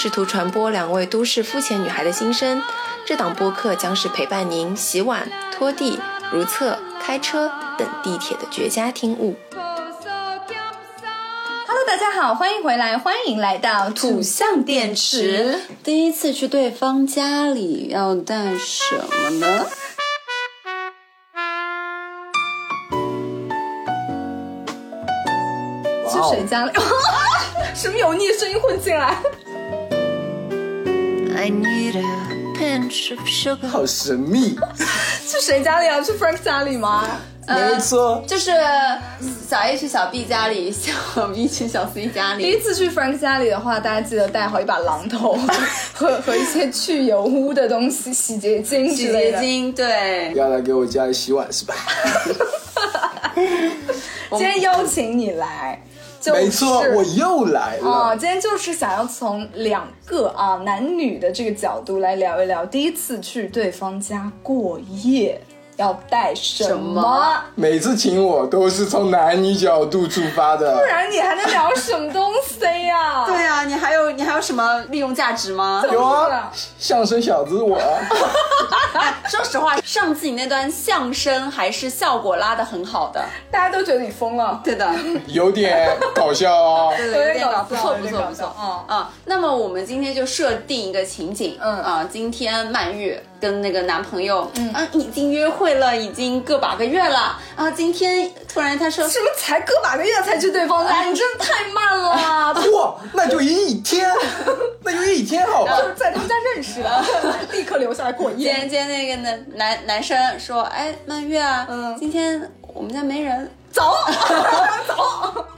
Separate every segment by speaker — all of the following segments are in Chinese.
Speaker 1: 试图传播两位都市肤浅女孩的心声。这档播客将是陪伴您洗碗、拖地、如厕、开车等地铁的绝佳听物。
Speaker 2: Hello，大家好，欢迎回来，欢迎来到土象电池。
Speaker 3: 第一次去对方家里要带什么呢？
Speaker 2: 去谁家里？什么油腻声音混进来？
Speaker 4: I need a pinch of sugar.
Speaker 5: 好神秘，
Speaker 2: 去谁家里啊？去 Frank 家里吗？
Speaker 5: 没错，
Speaker 3: 呃就是小 A 去小 B 家里，小 B 去小 C 家
Speaker 2: 第
Speaker 3: 里
Speaker 2: 一。次去 Frank 家里的话，大家记得带好一把榔 头和和一些去油污的东西，洗洁精
Speaker 3: 洗
Speaker 2: 之类
Speaker 3: 洁
Speaker 2: 的。
Speaker 3: 精，对，
Speaker 5: 要来给我家里洗碗是吧？
Speaker 2: 今天邀请你来，就是、
Speaker 5: 没错，我又来
Speaker 2: 啊、
Speaker 3: 哦
Speaker 5: 了。
Speaker 2: 今天就是想要从两个啊男女的这个角度来聊一聊，第一次去对方家过夜要带什么，
Speaker 3: 什么
Speaker 5: 每次请我都是从男女角度出发的
Speaker 2: 不，然你还能聊什么东西呀、
Speaker 3: 对啊，你还有你还有什么利用价值吗？
Speaker 5: 有啊，相声小子我 啊，
Speaker 3: 说实话，上次你那段相声还是效果拉的很好的。
Speaker 2: 大家都觉得你疯了。
Speaker 3: 对的，
Speaker 5: 有点搞笑哦。
Speaker 3: 对
Speaker 2: 有
Speaker 3: 对，有
Speaker 2: 点
Speaker 3: 点搞
Speaker 2: 搞
Speaker 3: 不
Speaker 2: 笑
Speaker 3: 错
Speaker 2: 有
Speaker 3: 不
Speaker 2: 点
Speaker 3: 错
Speaker 2: 搞嗯
Speaker 3: 不错
Speaker 2: 笑
Speaker 3: 啊啊！那么我们今天就设定一个情景，
Speaker 2: 嗯
Speaker 3: 啊，今天曼玉跟那个男朋友，嗯啊，已经约会了，已经个把个月了啊，今天突然他说
Speaker 2: 什么才个把个月才去对方哎家，你真的太慢了。
Speaker 5: 哇，那就一天， 那就一天好吧
Speaker 3: 哦
Speaker 2: 就？是在他们家认识的， 立刻留下来过
Speaker 3: 今
Speaker 2: 夜。
Speaker 3: 天今天那个男男男生说，哎，曼玉啊，
Speaker 2: 嗯
Speaker 3: 今天我们家没人，
Speaker 2: 走，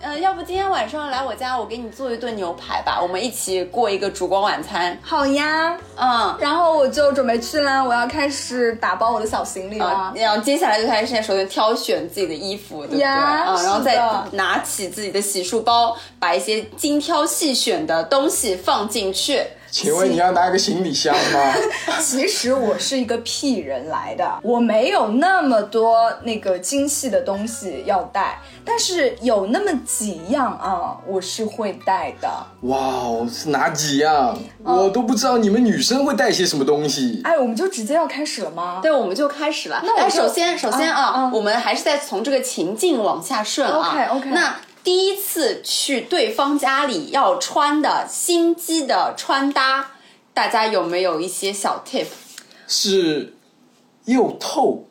Speaker 3: 呃，要不今天晚上来我家，我给你做一顿牛排吧，我们一起过一个烛光晚餐，
Speaker 2: 好呀。
Speaker 3: 嗯。
Speaker 2: 然后我就准备去啦，我要开始打包我的小行李了，。
Speaker 3: 啊然后接下来就开始首先挑选自己的衣服，对不对？
Speaker 2: 呀
Speaker 3: 啊，然后
Speaker 2: 是
Speaker 3: 再
Speaker 2: 的
Speaker 3: 拿起自己的洗漱包，把一些精挑细选的东西放进去。
Speaker 5: 请问你要拿个行李箱 吗？
Speaker 2: 其实我是一个屁人来的，我没有那么多那个精细的东西要带，但是有那么几样啊，我是会带的。
Speaker 5: 哇哦，是哪几样？
Speaker 3: 哦
Speaker 5: 我都不知道你们女生会带些什么东西。
Speaker 2: 哎，我们就直接要开始了吗？
Speaker 3: 对，我们就开始了。
Speaker 2: 那我
Speaker 3: 哎
Speaker 2: 就
Speaker 3: 首先，首先啊，
Speaker 2: 嗯嗯
Speaker 3: 我们还是再从这个情境往下顺啊。
Speaker 2: OK，OK
Speaker 3: 那第一次去对方家里要穿的心机的穿搭，大家有没有一些小 tip？
Speaker 5: 是又透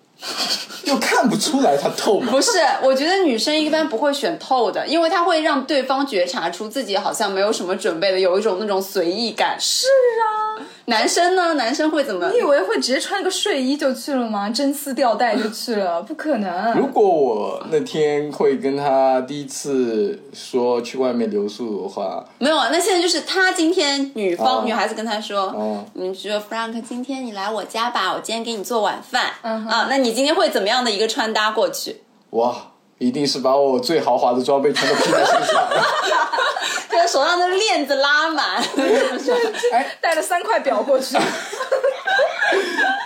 Speaker 5: 又看不出来它透吗？
Speaker 3: 不是，我觉得女生一般不会选透的，因为她会让对方觉察出自己好像没有什么准备的，有一种那种随意感。是啊，男生呢？男生会怎么
Speaker 2: 你？以为会直接穿个睡衣就去了吗？真丝吊带就去了？不可
Speaker 5: 如
Speaker 2: 能。
Speaker 5: 果我那天会跟他第一次说去外面留宿的话，
Speaker 3: 没有啊，那现在就是她今天女方、
Speaker 5: 哦
Speaker 3: 女孩子跟她说，
Speaker 5: 哦
Speaker 3: 你说 Frank，今天你来我家吧，我今天给你做晚饭。
Speaker 2: 嗯哼
Speaker 3: 啊，那你今天会怎么样的一个穿搭过去？
Speaker 5: 哇，一定是把我最豪华的装备全都披在身上。
Speaker 3: 就是手上的链子拉满，
Speaker 5: 哎
Speaker 2: 带了三块表过去，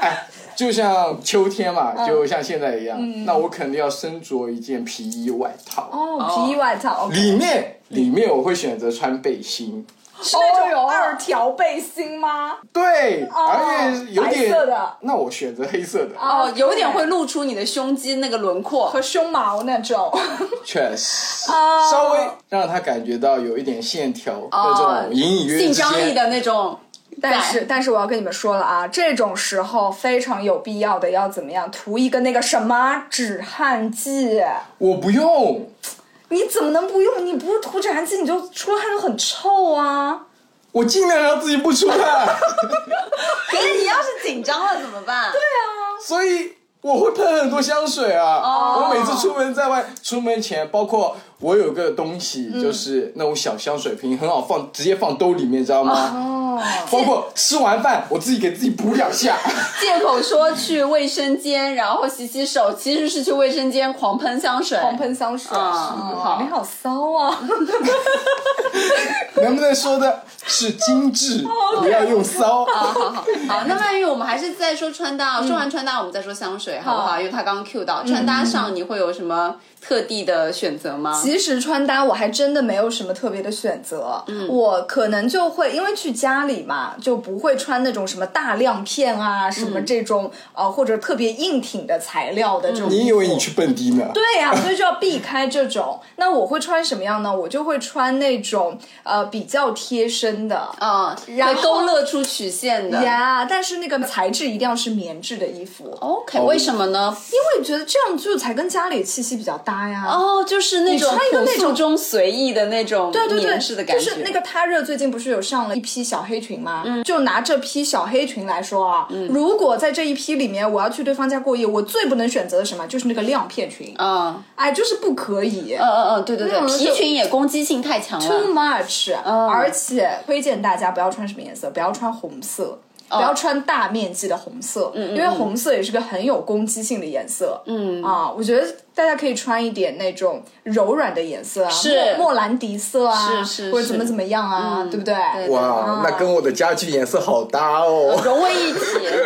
Speaker 5: 哎，就像秋天
Speaker 2: 嗯
Speaker 5: 嘛，就像现在一样，那我肯定要身着一件皮衣外套，
Speaker 2: 哦，皮衣外套，哦
Speaker 5: 里面里面我会选择穿背心，
Speaker 2: 是那种二条背心吗？
Speaker 5: 对，而且有
Speaker 2: 哦白
Speaker 5: 点
Speaker 2: 色的
Speaker 5: 那我选择黑色的，
Speaker 3: 哦，有点会露出你的胸肌那个轮 廓
Speaker 2: 和。胸毛那种。
Speaker 5: 确实
Speaker 2: 哦
Speaker 5: 稍微让他感觉到有一点线条，那种隐隐约约
Speaker 3: 性
Speaker 5: 之
Speaker 3: 张力
Speaker 5: 间。
Speaker 3: 的那种。
Speaker 2: 但是，但是我要跟你们说了啊，这种时候非常有必要的要怎么样，涂一个那个什么止汗剂。
Speaker 5: 我不用，
Speaker 2: 你怎么能不用？你不是涂止汗剂，你就出汗就很臭啊！
Speaker 5: 我尽量让自己不出汗，
Speaker 3: 可是你要是紧张了怎么办？对，
Speaker 5: 所
Speaker 3: 哦
Speaker 5: 以我会喷很多香水啊。我每次出门在外，出门前，包括我有个东西
Speaker 3: 嗯
Speaker 5: 就是那种小香水瓶，很好放，直接放兜里面，知道吗？
Speaker 3: 哦
Speaker 5: 包括吃完饭，我自己给自己补两 下。
Speaker 3: 借口说去卫生间，然后洗洗手，其实是去卫生间狂喷香水。
Speaker 2: 狂喷香水，
Speaker 3: 啊
Speaker 2: 是的
Speaker 3: 好
Speaker 2: 你好骚啊！
Speaker 5: 能不能说的是精致，不要用骚？
Speaker 3: 哦好好好，好，那曼玉，我们还是再说穿搭，说完穿搭，我们再说香水，好不嗯好？嗯
Speaker 2: 好
Speaker 3: 因为他刚刚 Q 到穿搭上，你会有什么特地的选择吗？
Speaker 2: 其实穿搭我还真的没有什么特别的选择，我可能就会因为去家里嘛，就不会穿那种什么大亮片啊，什么这种、呃或者特别硬挺的材料的这种。
Speaker 5: 嗯你以为你去？蹦迪呢？
Speaker 2: 对呀、所以就要避开这 种。那我会穿什么样呢？我就会穿那种呃比较贴身的
Speaker 3: 嗯，
Speaker 2: 然
Speaker 3: 会
Speaker 2: 后
Speaker 3: 勾勒出曲线的。
Speaker 2: 呀但是那个材质一定要是棉质的衣服，
Speaker 3: OK，为哦什么呢？
Speaker 2: 因为觉得这样就才跟家里气息比较搭呀。
Speaker 3: 哦，就是那种
Speaker 2: 你穿一个
Speaker 3: 朴
Speaker 2: 那
Speaker 3: 素
Speaker 2: 种
Speaker 3: 中随意的那种
Speaker 2: 对对
Speaker 3: 棉质的
Speaker 2: 对，
Speaker 3: 感
Speaker 2: 就
Speaker 3: 觉，
Speaker 2: 是那个他热最近不是有上了一批小黑裙吗？
Speaker 3: 嗯
Speaker 2: 就拿这批小黑裙来说啊，如果在这一批里面我要去对方家过夜，我最不能选择的是什么？就是那个亮片裙，
Speaker 3: 嗯
Speaker 2: 哎，就是不可以。
Speaker 3: 嗯嗯嗯，对对对，
Speaker 2: 那种
Speaker 3: 皮
Speaker 2: 就
Speaker 3: 裙也攻击性太强
Speaker 2: Too
Speaker 3: 了。
Speaker 2: much，、而
Speaker 3: 嗯
Speaker 2: 且推荐大家不要穿什么颜色，不要穿红色，
Speaker 3: 哦
Speaker 2: 不要穿大面积的红色，
Speaker 3: 嗯
Speaker 2: 因为红色也是个很有攻击性的颜色。嗯啊，我觉得大家可以穿一点那种柔软的颜色啊，
Speaker 3: 是
Speaker 2: 莫莫兰迪色啊，
Speaker 3: 是是嗯
Speaker 2: 或者怎
Speaker 3: 是
Speaker 2: 么怎么样啊，对不对？
Speaker 3: 啊
Speaker 5: 哇，那跟我的家具颜色好搭哦。
Speaker 3: 融为一体，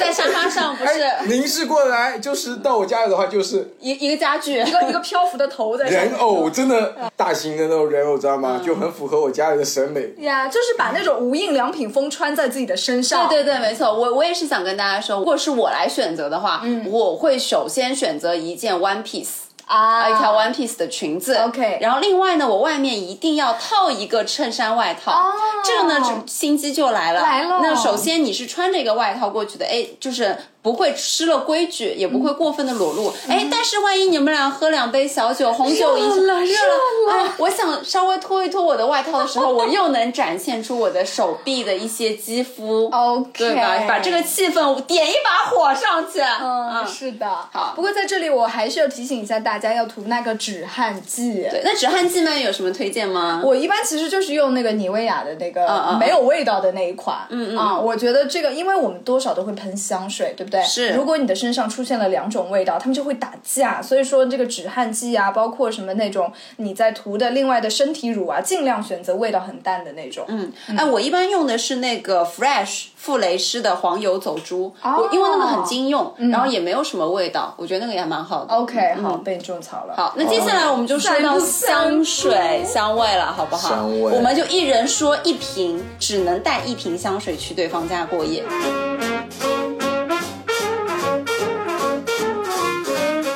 Speaker 3: 在沙发上不是
Speaker 5: 您是过来，就是到我家里的话，就是
Speaker 3: 一一个家具，
Speaker 2: 一个一个漂浮的头在上面
Speaker 5: 人哦偶，真的大型的那种人偶，知道吗？就很符合我家里的审美。
Speaker 2: 呀就是把那种无印良品风穿在自己的身上。
Speaker 3: 对对对，没错，我我也是想跟大家说，如果是我来选择的话，我会首先选择一件 one piece。
Speaker 2: 啊，
Speaker 3: 一条 one piece 的裙子
Speaker 2: OK
Speaker 3: 然后另外呢，我外面一定要套一个衬衫外套。
Speaker 2: 哦
Speaker 3: 这个呢，这心机就来了。
Speaker 2: 来了
Speaker 3: 那首先你是穿着一个外套过去的，哎，就是不会失了规矩，也不会过分的裸露。
Speaker 2: 嗯
Speaker 3: 哎、但是万一你们俩喝两杯小酒，红酒一下
Speaker 2: 热了
Speaker 3: 热
Speaker 2: 热
Speaker 3: 哎，我想稍微脱一脱我的外套的时候，我又能展现出我的手臂的一些肌肤。
Speaker 2: OK
Speaker 3: 对吧？把这个气氛点一把火上去。啊
Speaker 2: 嗯，是的，
Speaker 3: 好
Speaker 2: 不过在这里我还是要提醒一下大家，要涂那个止汗剂。
Speaker 3: 对，那止汗剂们有什么推荐吗？
Speaker 2: 我一般其实就是用那个妮维雅的那
Speaker 3: 嗯
Speaker 2: 个
Speaker 3: 嗯
Speaker 2: 没有味道的那一款，嗯嗯啊，我觉得这个，因为我们多少都会喷香水，对不对？
Speaker 3: 是
Speaker 2: 如果你的身上出现了两种味道，它们就会打架，所以说这个止汗剂啊，包括什么那种你在涂的另外的身体乳啊，尽量选择味道很淡的那种。嗯，
Speaker 3: 哎，我一般用的是那个 Fresh 傅雷诗的黄油走珠，
Speaker 2: 哦
Speaker 3: 我因为那个很经用，
Speaker 2: 嗯
Speaker 3: 然后也没有什么味道，我觉得那个也蛮好的。
Speaker 2: OK，好，被你种草了。
Speaker 3: 嗯好，那接下来我们就说到
Speaker 2: 哦
Speaker 3: 香水香味了，好不好？
Speaker 5: 香味
Speaker 3: 我们就一人说一瓶，只能带一瓶香水去对方家过夜。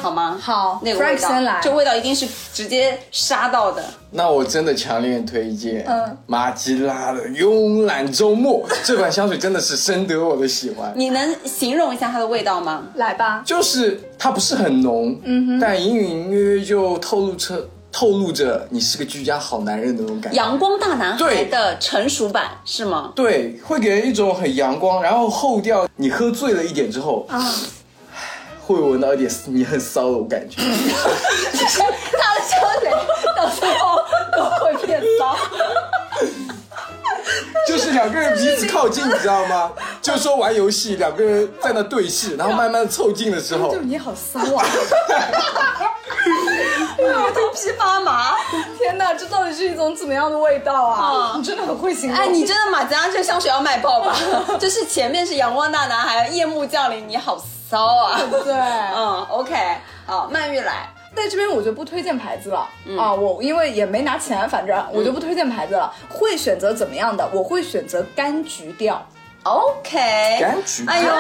Speaker 3: 好吗？
Speaker 2: 好
Speaker 3: 那个味
Speaker 2: Frank 先
Speaker 3: 道
Speaker 2: 来，
Speaker 3: 这味道一定是直接杀到的。
Speaker 5: 那我真的强烈推荐，
Speaker 2: 嗯，
Speaker 5: 马吉拉的《慵懒周末》这款香水真的是深得我的喜欢。
Speaker 3: 你能形容一下它的味道吗？
Speaker 2: 来吧，
Speaker 5: 就是它不是很浓，嗯但隐隐约约就透露着透露着你是个居家好男人的那种感觉。
Speaker 3: 阳光大男孩
Speaker 5: 对
Speaker 3: 的成熟版是 吗？
Speaker 5: 对，会给人一种很阳光，然后后调你喝醉了一点之后，啊，会闻到一点你很骚的感觉。
Speaker 2: 他的香水到最后都会变骚。
Speaker 5: 就是两个人彼此靠近，你知道吗？就说玩游戏，两个人在那对视，然后慢慢凑近的时候
Speaker 2: 就，你好骚啊！
Speaker 3: 我头皮发麻。
Speaker 2: 天哪，这到底是一种怎么样的味道啊？
Speaker 3: 啊
Speaker 2: 你真的很会形容。
Speaker 3: 哎，你真的马自达这香水要卖爆 吧？就是前面是阳光大男孩，夜幕降临，你好骚啊！
Speaker 2: 对，
Speaker 3: 嗯，OK，好，曼玉来。
Speaker 2: 在这边我就不推荐牌子了、
Speaker 5: 嗯
Speaker 2: 啊，我因为也没拿钱，反正我就不推荐牌子了。会选择怎么样的？我会选择柑橘调，
Speaker 3: OK，
Speaker 5: 柑橘
Speaker 3: 哎呦，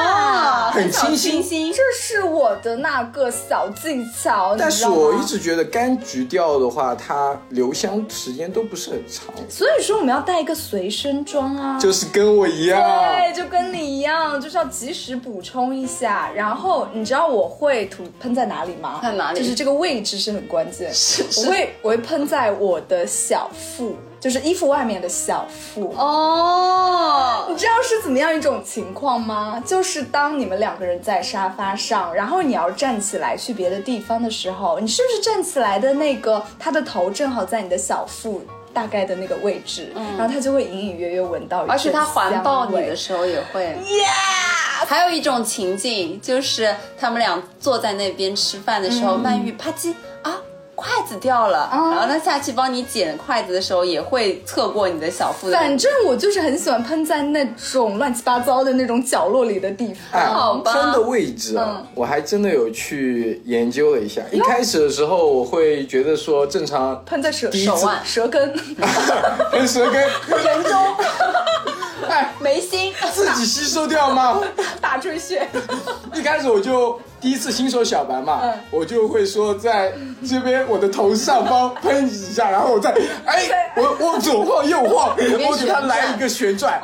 Speaker 5: 很
Speaker 3: 小
Speaker 5: 清
Speaker 3: 清
Speaker 5: 新
Speaker 3: 新，
Speaker 2: 这是我的那个小技巧，
Speaker 5: 但
Speaker 2: 你知
Speaker 5: 是
Speaker 2: 道吗
Speaker 5: 我一直觉得柑橘调的话，它留香时间都不是很长，
Speaker 2: 所以说我们要带一个随身装啊。
Speaker 5: 就是啊跟我一样。
Speaker 2: 对，就跟你一样，就是要及时补充一下。然后你知道我会涂喷在哪里吗？
Speaker 3: 在哪里
Speaker 2: 就是这个位置是很关键。我会我会喷在我的小腹，就是衣服外面的小腹。
Speaker 3: 哦
Speaker 2: 你，知道是怎么样一种情况吗？就是当你们两个人在沙发上，然后你要站起来去别的地方的时候，你是不是站起来的那个他的头正好在你的小腹大概的那个位置，然后他就会隐隐约约闻到一阵香味，
Speaker 3: 而且它环抱你的时候也会。还有一种情境就是他们俩坐在那边吃饭的时候，曼玉啪叽啊。筷子掉了，然后他下去帮你捡筷子的时候，也会侧过你的小腹的。
Speaker 2: 反正我就是很喜欢喷在那种乱七八糟的那种角落里的地方。
Speaker 5: 哎
Speaker 3: 好吧
Speaker 5: 真的位置啊，我还真的有去研究了一下。一开始的时候，我会觉得说正常
Speaker 2: 喷在舌
Speaker 5: 鼻子
Speaker 2: 手腕、舌根，
Speaker 5: 跟舌根
Speaker 2: 人中、
Speaker 5: 哎
Speaker 2: 眉 心、
Speaker 5: 自己吸收掉吗？
Speaker 2: 大椎穴。
Speaker 5: 一开始我就第一次新手小白
Speaker 2: 嗯
Speaker 5: 嘛，我就会说在这边我的头上方喷一下，然后我再哎我我左晃右晃，我给它来一个旋转，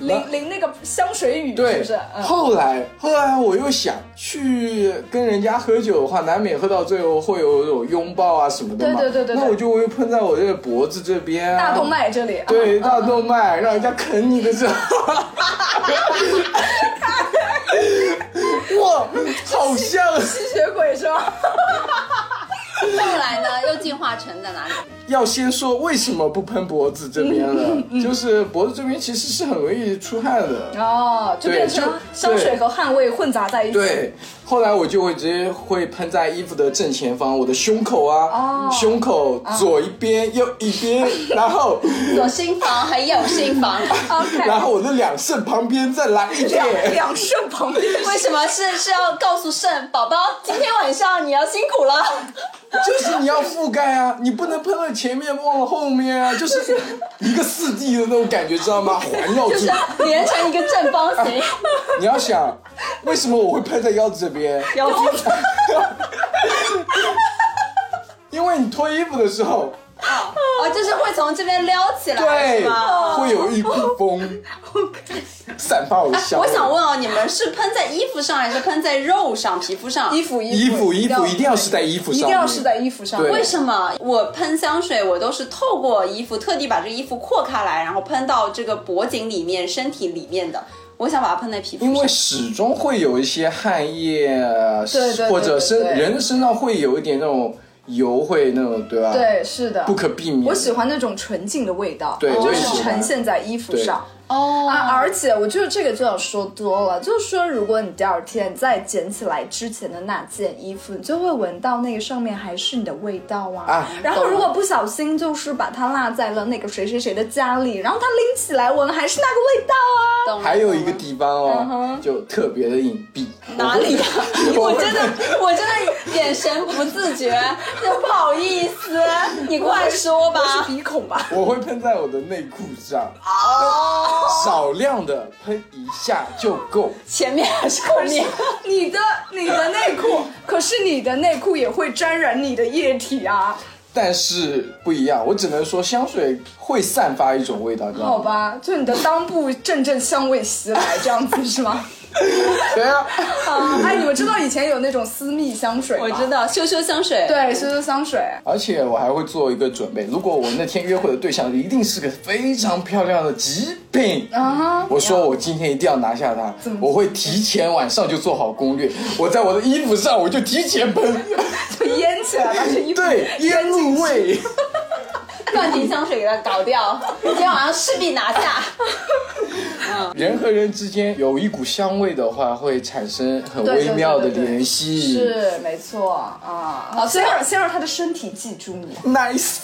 Speaker 2: 淋淋那嗯个香水雨，是
Speaker 5: 嗯对，
Speaker 2: 不是？嗯
Speaker 5: 后来后来我又想去跟人家喝酒的话，难免喝到最后会有一种拥抱啊什么的嘛。
Speaker 2: 对对对对对
Speaker 5: 那我就又喷在我这个脖子这边、啊，
Speaker 2: 大动。脉这里，啊
Speaker 5: 对，大动脉，让人家啃你的时候， 哇，好像
Speaker 2: 吸血鬼是吧？
Speaker 3: 后来呢，又进化成在哪里？
Speaker 5: 要先说为什么不喷脖子这边了，就是脖子这边其实是很容易出汗的。
Speaker 2: 哦，就
Speaker 5: 对
Speaker 2: 变成
Speaker 5: 就
Speaker 2: 香水和汗味混杂在一起。
Speaker 5: 对，后来我就会直接会喷在衣服的正前方，我的胸口啊，
Speaker 2: 哦
Speaker 5: 胸口左一边、右一边，然后
Speaker 3: 左心房还右心 房？
Speaker 5: 然后我的两肾旁边再来一 点。
Speaker 2: 两肾旁边
Speaker 3: 为什么是是要告诉肾宝宝，今天晚上你要辛苦 了？
Speaker 5: 就是你要覆盖啊，你不能喷了前面忘了后面啊， 就是一个四 D 的那种感觉，知道吗？环绕住。
Speaker 3: 连成一个正方 形，
Speaker 5: 你要想，为什么我会喷在腰子这边？
Speaker 3: 腰部
Speaker 5: 因为你脱衣服的时候，
Speaker 3: 哦，就是会从这边撩起来，
Speaker 5: 对
Speaker 3: 是吗？，
Speaker 5: 会有一股风散发我的香
Speaker 3: 我
Speaker 5: 味。
Speaker 3: 想问哦，你们是喷在衣服上还是喷在肉上、皮肤上？
Speaker 2: 衣服
Speaker 5: 衣服，衣服一定要是在
Speaker 2: 衣
Speaker 5: 衣服
Speaker 2: 一
Speaker 5: 上面，
Speaker 2: 定要是在衣服上。
Speaker 5: 对
Speaker 2: 为
Speaker 3: 为什么我喷香水，我都是透过衣服，特地把这个衣服扩开来，然后喷到这个脖颈里面、身体里面的。我想把它喷在皮肤
Speaker 5: 因
Speaker 3: 上
Speaker 5: 为。始终会有一些汗液，呃
Speaker 2: 对对对
Speaker 5: 或者身
Speaker 2: 对对对
Speaker 5: 人的身上会有一点那种油，会那种对吧？，
Speaker 2: 对，是的，
Speaker 5: 不可避免。
Speaker 2: 我喜欢那种纯净的味道，
Speaker 5: 对
Speaker 2: 就
Speaker 5: 我也
Speaker 2: 是
Speaker 5: 喜欢
Speaker 2: 呈现在衣服
Speaker 5: 对
Speaker 2: 上。
Speaker 3: 哦
Speaker 2: 啊，而且我觉得这个就要说多了，就是说，如果你第二天再捡起来之前的那件衣服，你就会闻到那个上面还是你的味道啊。
Speaker 5: 啊
Speaker 2: 然后如果不小心就是把它落在了那个谁谁谁的家里，然后他拎起来闻还是那个味道啊。
Speaker 3: 懂了
Speaker 5: 还有一个地方
Speaker 2: 嗯
Speaker 5: 哦，就特别的隐蔽。
Speaker 3: 哪里
Speaker 2: 啊
Speaker 3: 呀、
Speaker 5: 我
Speaker 3: 我
Speaker 5: 会
Speaker 3: 真的，我真的眼神不自觉，真不好意思，你快说吧
Speaker 2: 是。鼻孔吧？
Speaker 5: 我会喷在我的内裤上，
Speaker 2: 哦
Speaker 5: 少量的喷一下就够。
Speaker 3: 前面还是后面？
Speaker 2: 你的你的内裤， 可是你的内裤也会沾染你的液体啊，
Speaker 5: 但是不一样，我只能说香水会散发一种味道，知道
Speaker 2: 好
Speaker 5: 吗？
Speaker 2: 吧？就你的裆部阵阵香味袭来，这样子是 吗？
Speaker 5: 对啊，
Speaker 2: 啊，哎，你们知道以前有那种私密香水吗？
Speaker 3: 我知道，羞羞香水。
Speaker 2: 对，修修香水。
Speaker 5: 而且我还会做一个准备，如果我那天约会的对象一定是个非常漂亮的极品，
Speaker 2: 啊
Speaker 5: 我说我今天一定要拿下她，我会提前晚上就做好攻略，我在我的衣服上我就提前喷，
Speaker 2: 就淹起来了，这衣服。
Speaker 5: 对，烟入味。
Speaker 3: 断停香水给它搞掉，今天晚上势必拿下。
Speaker 5: 人和人之间有一股香味的话，会产生很
Speaker 2: 对对
Speaker 5: 微妙的
Speaker 2: 对对对
Speaker 5: 联系。
Speaker 2: 是没错啊，好，先让先让他的身体记住你。
Speaker 5: nice，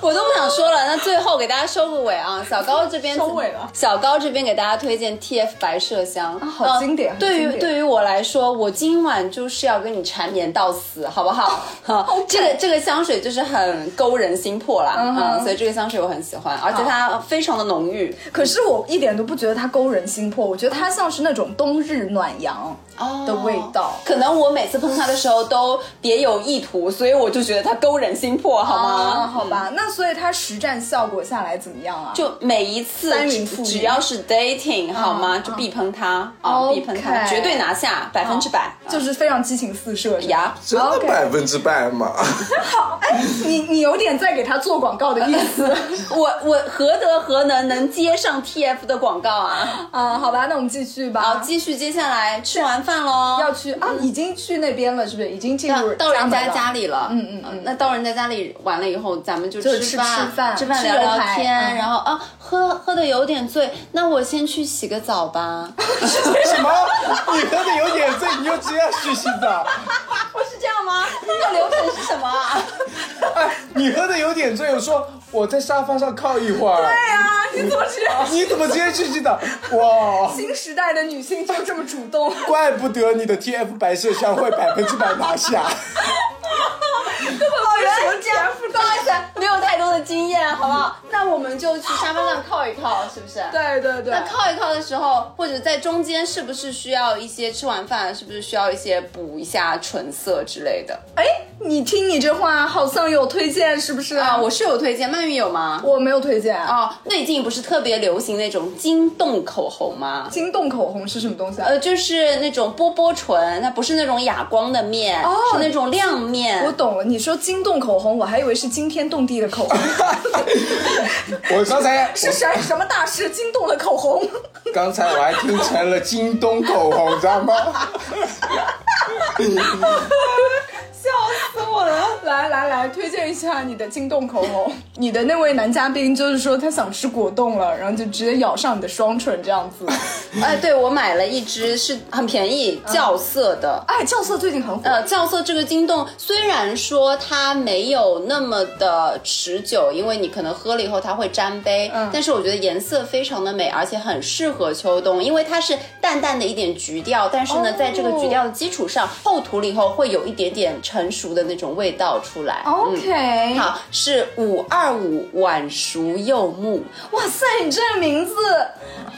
Speaker 3: 我都不想说了，那最后给大家收个尾啊，小高这边
Speaker 2: 收尾了
Speaker 3: 小高这边给大家推荐 TF 白麝香，啊
Speaker 2: 好经典很
Speaker 3: 对
Speaker 2: 经
Speaker 3: 于
Speaker 2: 典
Speaker 3: 对于我来说，我今晚就是要跟你缠绵到死，好 不好？哈，这个这个香水就是很勾人心魄啦，
Speaker 2: 嗯哼
Speaker 3: 嗯，所以这个香水我很喜欢，而且它非常的浓郁。
Speaker 2: 可是我一点都不觉得它勾人心魄，我觉得它像是那种冬日暖阳的味道。
Speaker 3: 可能我每次喷它的时候都别有意图，所以我就觉得它勾人心魄，好吗？
Speaker 2: 啊好吧啊，那所以它实战效果下来怎么样啊？
Speaker 3: 就每一次
Speaker 2: 三
Speaker 3: 只
Speaker 2: 人妇女
Speaker 3: 只要是 dating 好吗？
Speaker 2: 嗯
Speaker 3: 就必喷他啊，必喷他，
Speaker 2: OK
Speaker 3: 绝对拿下，百分之百。
Speaker 2: 就
Speaker 3: 啊
Speaker 2: 是非常激情四射是吧哦
Speaker 3: 呀，
Speaker 5: 真的
Speaker 2: OK
Speaker 5: 百分之百 吗？
Speaker 2: 你你有点在给他做广告的意 思
Speaker 3: 我我何德何能能接上 TF 的广告啊？
Speaker 2: 啊、好吧，那我们继续吧。
Speaker 3: 好，继续接下来吃完饭喽，
Speaker 2: 要去啊，已经去那边了，是不是？已经进入
Speaker 3: 到到人家
Speaker 2: 门了
Speaker 3: 家里了，呃
Speaker 2: 嗯嗯嗯
Speaker 3: 那到人家家里完了以后，咱们就
Speaker 2: 就吃
Speaker 3: 吃饭，
Speaker 2: 吃饭吃
Speaker 3: 聊聊
Speaker 2: 人海
Speaker 3: 天，
Speaker 2: 嗯
Speaker 3: 然后啊，喝喝的有点醉，那我先去洗个澡 吧。
Speaker 5: 什么？你喝的有点醉，你就直接去洗澡？
Speaker 3: 不是这样吗？这个流程是什么啊？
Speaker 5: 哎，你喝的有点醉，我说我在沙发上靠一会儿。对
Speaker 2: 哎
Speaker 5: 呀、
Speaker 2: 你怎么知道？
Speaker 3: 哦
Speaker 5: 你怎么直接去洗澡？ 哇，
Speaker 2: 新时代的女性就这么主动？
Speaker 5: 怪不得你的 TF 白麝香会百分之百拿下。
Speaker 3: 原来是这样，不好意思，没有太多的经验，好不好？那我们就去沙发上靠一靠，是不是？。
Speaker 2: 对对对
Speaker 3: 那，靠一靠的时候，或者在中间，是不是需要一些吃完饭，是不是需要一些补一下唇色之类的？
Speaker 2: 哎，你听你这话，好像有推荐是不是
Speaker 3: 啊，我是有推荐，曼玉有吗？
Speaker 2: 我没有推荐啊。
Speaker 3: 哦，最近不是特别流行那种晶冻口红吗？
Speaker 2: 金冻口红是什么东西啊？
Speaker 3: 呃，就是那种波波唇，它不是那种哑光的面，
Speaker 2: 哦
Speaker 3: 是那种亮面。
Speaker 2: 呃我懂了，你说惊动口红，我还以为是惊天动地的口 红，
Speaker 5: 我刚才
Speaker 2: 是谁什么大师惊动了口红？
Speaker 5: 刚才我还听成了京东口红，知道吗？
Speaker 2: 笑死我了！来来来，推荐一下你的惊动口红。 你的那位男嘉宾就是说他想吃果冻了，然后就直接咬上你的双唇这样 子。
Speaker 3: 哎，对，我买了一支，是很便宜，
Speaker 2: 嗯
Speaker 3: 酵色的。
Speaker 2: 哎，酵色最近很火，
Speaker 3: 呃，酵色这个晶冻虽然说它没有那么的持久，因为你可能喝了以后它会沾杯，但是我觉得颜色非常的美，而且很适合秋冬，因为它是淡淡的一点橘调，但是呢，在这个橘调的基础上，后涂了以后会有一点点成熟的那种味道出来。
Speaker 2: OK
Speaker 3: 嗯、好，是五二五晚熟柚木，
Speaker 2: 哇塞，你这个名字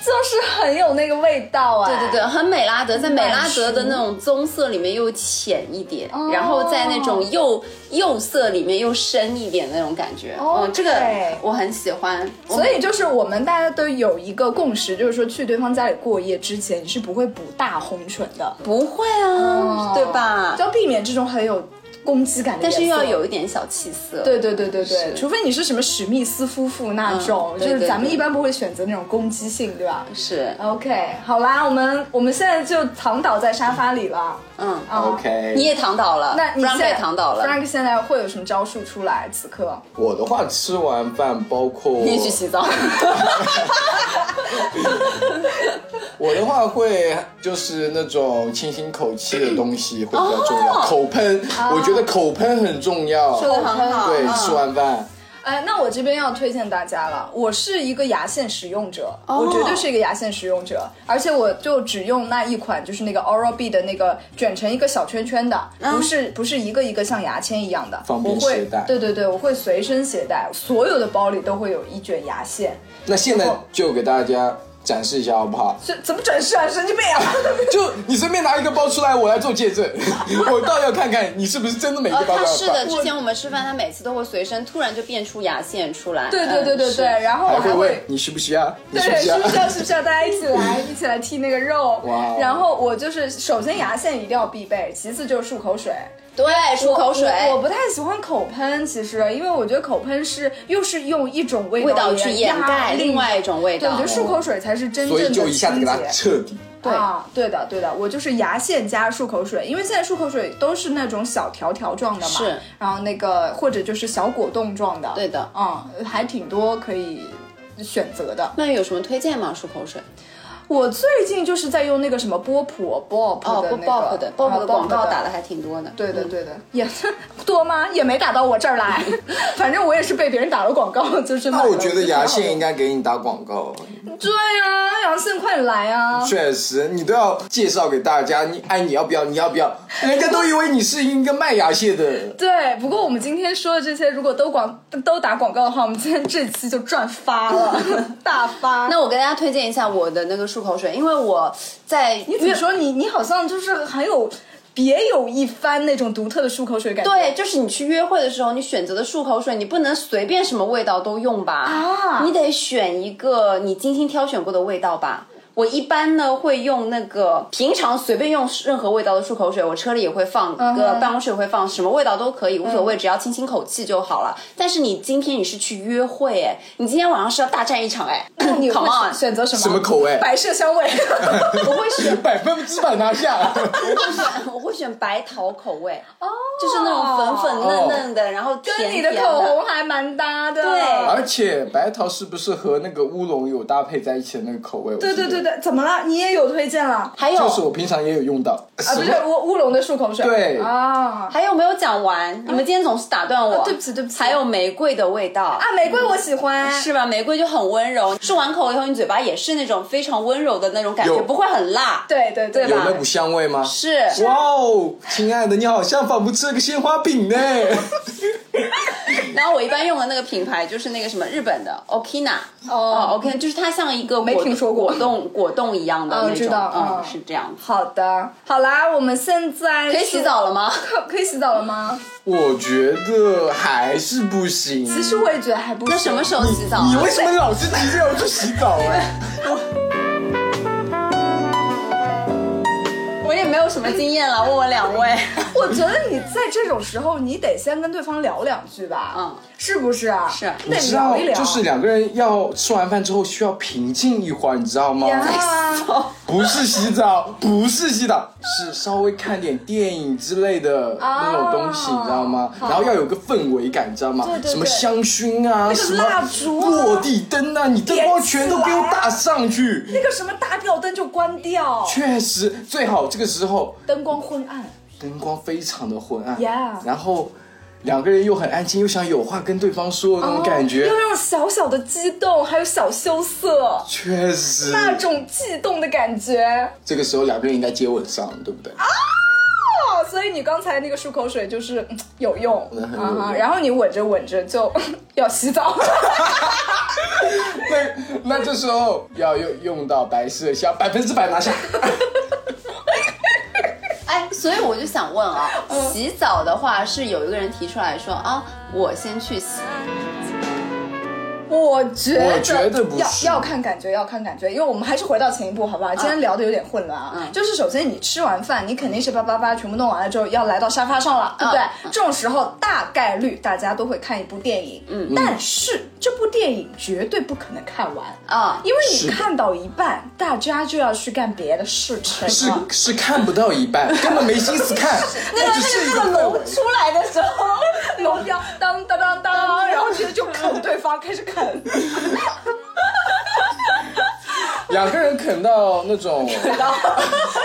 Speaker 2: 就是很有那个味道啊！
Speaker 3: 对对对，很美拉德，在美拉德的那种棕色里面又浅一点，
Speaker 2: 哦
Speaker 3: 然后在那种釉釉色里面又深一点那种感觉。
Speaker 2: OK
Speaker 3: 嗯，这个我很喜欢。
Speaker 2: 哦所以就是我们大家都有一个共识，就是说去对方家里过夜之前，你是不会补大红唇的，
Speaker 3: 我不会啊，对吧
Speaker 2: 哦就？要避免这种很有攻击感的
Speaker 3: 但
Speaker 2: 颜色。
Speaker 3: 是又要有一点小气色。
Speaker 2: 对对对对对，除非你是什么史密斯夫妇那种，
Speaker 3: 嗯
Speaker 2: 就
Speaker 3: 对
Speaker 2: 是
Speaker 3: 对
Speaker 2: 咱们
Speaker 3: 对
Speaker 2: 一般不会选择那种攻击性，对吧
Speaker 3: 是，
Speaker 2: ？OK，好啦，我们我们现在就躺倒在沙发里了。
Speaker 3: 嗯，
Speaker 2: 啊
Speaker 5: OK
Speaker 3: 你也躺倒了，
Speaker 2: 那你现
Speaker 3: Frank
Speaker 2: 在
Speaker 3: 也躺倒了，
Speaker 2: Frank 现在会有什么招数出来？此刻
Speaker 5: 我的话，吃完饭包括
Speaker 3: 你也去洗 澡。
Speaker 5: 我的话会就是那种清新口气的东西会比较重要，
Speaker 3: 哦
Speaker 5: 口喷，我觉得口喷很重要。
Speaker 3: 说得很好，
Speaker 5: 对，
Speaker 3: 嗯
Speaker 5: 吃完饭，
Speaker 2: 哎，那我这边要推荐大家了。我是一个牙线使用者，我绝
Speaker 5: 哦
Speaker 2: 对是一个牙线使用者，而且我就只用那一款，就是那个 Oral B 的那个卷成一个小圈圈的，不是不是一个一个像牙签一样的，
Speaker 5: 嗯方便
Speaker 2: 我会
Speaker 5: 携带
Speaker 2: 对对对，我会随身携带，所有的包里都会有一卷牙线。
Speaker 5: 那现在就给大家展示一下好不好？
Speaker 2: 这怎么展示啊？神经病啊！
Speaker 5: 就你随便拿一个包出来，我来做见证，我倒要看看你是不是真的每一
Speaker 3: 呃，
Speaker 5: 个包
Speaker 3: 他
Speaker 5: 都
Speaker 3: 是
Speaker 5: 要
Speaker 3: 的，
Speaker 5: 放。
Speaker 3: 之前我们吃饭，他每次都会随身突然就变出牙线出来。
Speaker 2: 对对对
Speaker 3: 嗯
Speaker 2: 对对，然后我
Speaker 5: 还
Speaker 2: 还
Speaker 5: 会
Speaker 2: 会
Speaker 5: 问你需不需要，你需不
Speaker 2: 对，
Speaker 5: 需
Speaker 2: 是
Speaker 5: 要
Speaker 2: 不？是要？是不是要？大家一起来，一起来剔那个肉。
Speaker 5: 哇哦
Speaker 2: 然后我就是，首先牙线一定要必备，其次就是漱口水。
Speaker 3: 对，漱口水，
Speaker 2: 我我我不太喜欢口喷，其实，因为我觉得口喷是又是用一种味
Speaker 3: 味道去
Speaker 2: 掩
Speaker 3: 掩盖
Speaker 2: 压
Speaker 3: 另外一种味
Speaker 2: 对，我
Speaker 3: 道嗯
Speaker 2: 觉得。漱口水才是真正
Speaker 5: 所
Speaker 2: 的
Speaker 5: 以就一下子给它
Speaker 2: 清洁
Speaker 5: 彻底。
Speaker 2: 对、啊，对的，对的，我就是牙线加漱口水，因为现在漱口水都是那种小条条状的嘛，
Speaker 3: 是，
Speaker 2: 然后那个或者就是小果冻状的，
Speaker 3: 对的
Speaker 2: 嗯，还挺多可以选择的。
Speaker 3: 曼玉有什么推荐吗？漱口水？
Speaker 2: 我最近就是在用那个什么波普波普
Speaker 3: 哦，
Speaker 2: 的
Speaker 3: 不
Speaker 2: 那个、
Speaker 3: ，Bob 的，Bob 的
Speaker 2: 啊
Speaker 3: 广告
Speaker 2: 的
Speaker 3: 打的还挺多的。
Speaker 2: 对的，
Speaker 3: 嗯。
Speaker 2: 对的，也多吗？也没打到我这儿 来，反正我也是被别人打了广告，就是买
Speaker 5: 那
Speaker 2: 了。
Speaker 5: 我觉得牙线应
Speaker 2: 应该
Speaker 5: 该给你打广告。
Speaker 2: 对啊，牙线快来啊！
Speaker 5: 确实，你都要介绍给大家，你哎，你要不要？你要不要？人家都以为你是一个卖牙线的。
Speaker 2: 对，不过我们今天说的这些，如果都广都打广告的话，我们今天这期就赚发 了，大发。
Speaker 3: 那我给大家推荐一下我的那个漱口水，因为我在
Speaker 2: 你怎么说你你好像就是很有别有一番那种独特的漱口水感觉。
Speaker 3: 对，就是你去约会的时候，你选择的漱口水，你不能随便什么味道都用吧？
Speaker 2: 啊
Speaker 3: 你得选一个你精心挑选过的味道吧。我一般呢会用那个平常随便用任何味道的漱口水，我车里也会放，
Speaker 2: 嗯
Speaker 3: 个办公室也会放，什么味道都可以，无所谓，只要清清口气就好了。但是你今天你是去约会，哎，你今天晚上是要大战一场，哎
Speaker 2: 那 你
Speaker 3: ，Come
Speaker 2: 会
Speaker 3: on，
Speaker 2: 选择什么？
Speaker 5: 什么口味
Speaker 2: 白麝香 味。
Speaker 3: 我会选
Speaker 5: 百分之百拿下。
Speaker 3: 我会选我会选白桃口味，哦，就是那种粉粉
Speaker 5: 哦
Speaker 3: 嫩嫩的，然后甜
Speaker 2: 跟你
Speaker 3: 甜
Speaker 2: 的口红还蛮搭的。
Speaker 3: 对
Speaker 5: 而且白桃是不是和那个乌龙有搭配在一起的那个口味？
Speaker 2: 对对对，对，怎么了？你也有推荐了？啊，
Speaker 3: 还有、
Speaker 5: 就是我平常也有用到。啊
Speaker 2: 不是乌乌龙的漱口水。
Speaker 5: 对
Speaker 2: 啊
Speaker 3: 还有没有讲完？你们今天总是打断我、
Speaker 2: 啊对不起对不起
Speaker 3: 还有玫瑰的味道
Speaker 2: 啊，玫瑰我喜欢。
Speaker 3: 是吧？玫瑰就很温柔，漱完口以后，你嘴巴也是那种非常温柔的那种感觉，
Speaker 5: 有
Speaker 3: 不会很辣。
Speaker 2: 对对对
Speaker 5: 有
Speaker 2: 吧？
Speaker 5: 那股香味吗？
Speaker 3: 是，
Speaker 5: 哇哦，亲爱的，你好像仿佛吃了个鲜花 饼呢。
Speaker 3: 然后我一般用的那个品牌就是那个什么日本的 Okina，哦，OK，就是它像一个
Speaker 2: 嗯没
Speaker 3: 果
Speaker 2: 听说过
Speaker 3: 果冻果冻一样的
Speaker 2: 啊
Speaker 3: 那
Speaker 2: 我
Speaker 3: 种，
Speaker 2: 知道
Speaker 3: 嗯，
Speaker 2: 嗯
Speaker 3: 是这样。
Speaker 2: 好的，好啦，我们现在
Speaker 3: 可以洗澡了吗？
Speaker 2: 可可以洗澡了吗？
Speaker 5: 我觉得还是不行。
Speaker 2: 其实我也觉得还不
Speaker 3: 那
Speaker 2: 行
Speaker 3: 什么时候洗澡啊？
Speaker 5: 你为什么老是急着要去洗澡 哎？
Speaker 3: 我也没有什么经验了，问问两位。
Speaker 2: 我觉得你在这种时候，你得先跟对方聊两句吧，
Speaker 3: 嗯，
Speaker 2: 是不是啊？
Speaker 3: 是
Speaker 2: 你
Speaker 5: 你
Speaker 2: 得
Speaker 5: 知道
Speaker 2: 聊一，聊，
Speaker 5: 就是两个人要吃完饭之后需要平静一会儿，你知道吗？
Speaker 2: 呀，
Speaker 5: 不是洗澡，不是洗澡，是稍微看点电影之类的
Speaker 2: 啊
Speaker 5: 那种东西，你知道吗？然后要有个氛围感，你知道吗？
Speaker 2: 对对
Speaker 5: 什么
Speaker 2: 对
Speaker 5: 香薰啊，
Speaker 2: 个
Speaker 5: 什么
Speaker 2: 蜡烛啊
Speaker 5: 落地灯啊，你灯光全都给我打上去。
Speaker 2: 那个什么大吊灯就关掉，
Speaker 5: 确实，最好这个时候
Speaker 2: 灯光昏暗，
Speaker 5: 灯光非常的昏暗
Speaker 2: Yeah
Speaker 5: 然后两个人又很安静，又想有话跟对方说的那种感
Speaker 2: 又
Speaker 5: 觉，
Speaker 2: 有那种哦小小的激动，还有小羞涩，
Speaker 5: 确实。
Speaker 2: 那种悸动的感觉。
Speaker 5: 这个时候两个人应该接吻上，对不对？
Speaker 2: 哦，所以你刚才那个漱口水就是嗯有用
Speaker 5: 嗯很有
Speaker 2: 啊
Speaker 5: 用
Speaker 2: 哈，然后你吻着吻着就 要洗澡，
Speaker 5: 那那这时候要用用到白麝香，百分之百拿下。
Speaker 3: 哎，所以我就想问啊，洗澡的话是有一个人提出来说啊，我先去洗，
Speaker 2: 我觉得
Speaker 5: 我觉得不
Speaker 2: 要
Speaker 5: 是
Speaker 2: 要看感觉，要看感觉，因为我们还是回到前一步，好不好？今天聊的有点混乱啊，
Speaker 3: 嗯
Speaker 2: 就是首先你吃完饭，你肯定是叭叭叭全部弄完了之后要来到沙发上了，对不对？
Speaker 5: 嗯
Speaker 2: 这种时候大概率大家都会看一部电影，嗯，但是这部电影绝对不可能看完。
Speaker 3: 啊，
Speaker 2: 因为
Speaker 5: 是
Speaker 2: 你看到一半，大家就要去干别的事情了。
Speaker 5: 是是看不到一半，根本没心思看，
Speaker 2: 啊
Speaker 5: 那
Speaker 2: 哎
Speaker 5: 只是一个氛围。
Speaker 2: 出来的时候，龙标当当当当，然后直接就啃对方，开始 啃。
Speaker 5: 两个人啃到那种，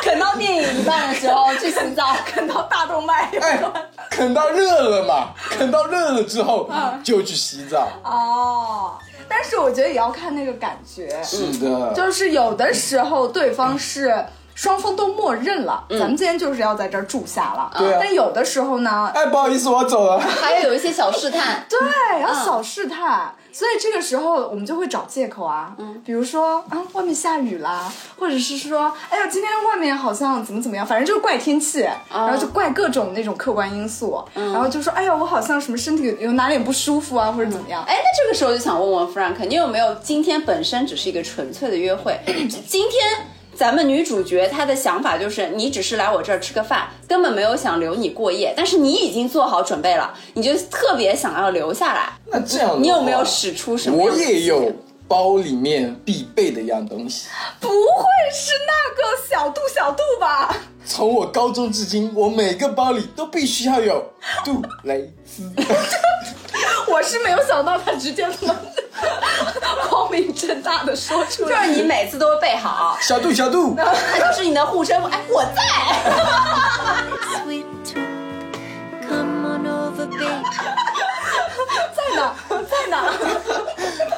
Speaker 3: 啃到电影一半的时候去洗澡，
Speaker 2: 啃到大动脉。
Speaker 5: 哎，啃到热了嘛，啃到热了之后就去洗澡。
Speaker 2: 哦，但是我觉得也要看那个感觉，
Speaker 5: 是的，
Speaker 2: 就是有的时候对方是。双方都默认了，咱们今天就是要在这儿住下了。
Speaker 5: 对啊
Speaker 2: 但有的时候呢，
Speaker 5: 哎，不好意思，我走了。
Speaker 3: 还有一些小试探。
Speaker 2: 对，
Speaker 3: 嗯
Speaker 2: 要小试探。所以这个时候我们就会找借口啊，
Speaker 3: 嗯
Speaker 2: 比如说啊、外面下雨啦，或者是说，哎呀，今天外面好像怎么怎么样，反正就是怪天气，
Speaker 3: 嗯
Speaker 2: 然后就怪各种那种客观因素，然后就说，哎呀，我好像什么身体有有哪里不舒服啊，或者怎么样。
Speaker 3: 哎，那这个时候就想问问 Frank，你有没有今天本身只是一个纯粹的约会？ 今天咱们女主角她的想法就是，你只是来我这儿吃个饭，根本没有想留你过夜，但是你已经做好准备了，你就特别想要留下来。
Speaker 5: 那这样的话
Speaker 3: 你有没有使出什么？
Speaker 5: 我也有。包里面必备的一样东西，
Speaker 2: 不会是那个小度小度吧？
Speaker 5: 从我高中至今，我每个包里都必须要有 杜蕾斯。
Speaker 2: 我是没有想到他直接那么 光明正大的说出
Speaker 3: 就
Speaker 2: 来。
Speaker 3: 是 你每次都会备好，
Speaker 5: 小杜，小杜，
Speaker 3: 它就是你的护身符。哎，我在。
Speaker 4: Sweet tooth, come on over, baby.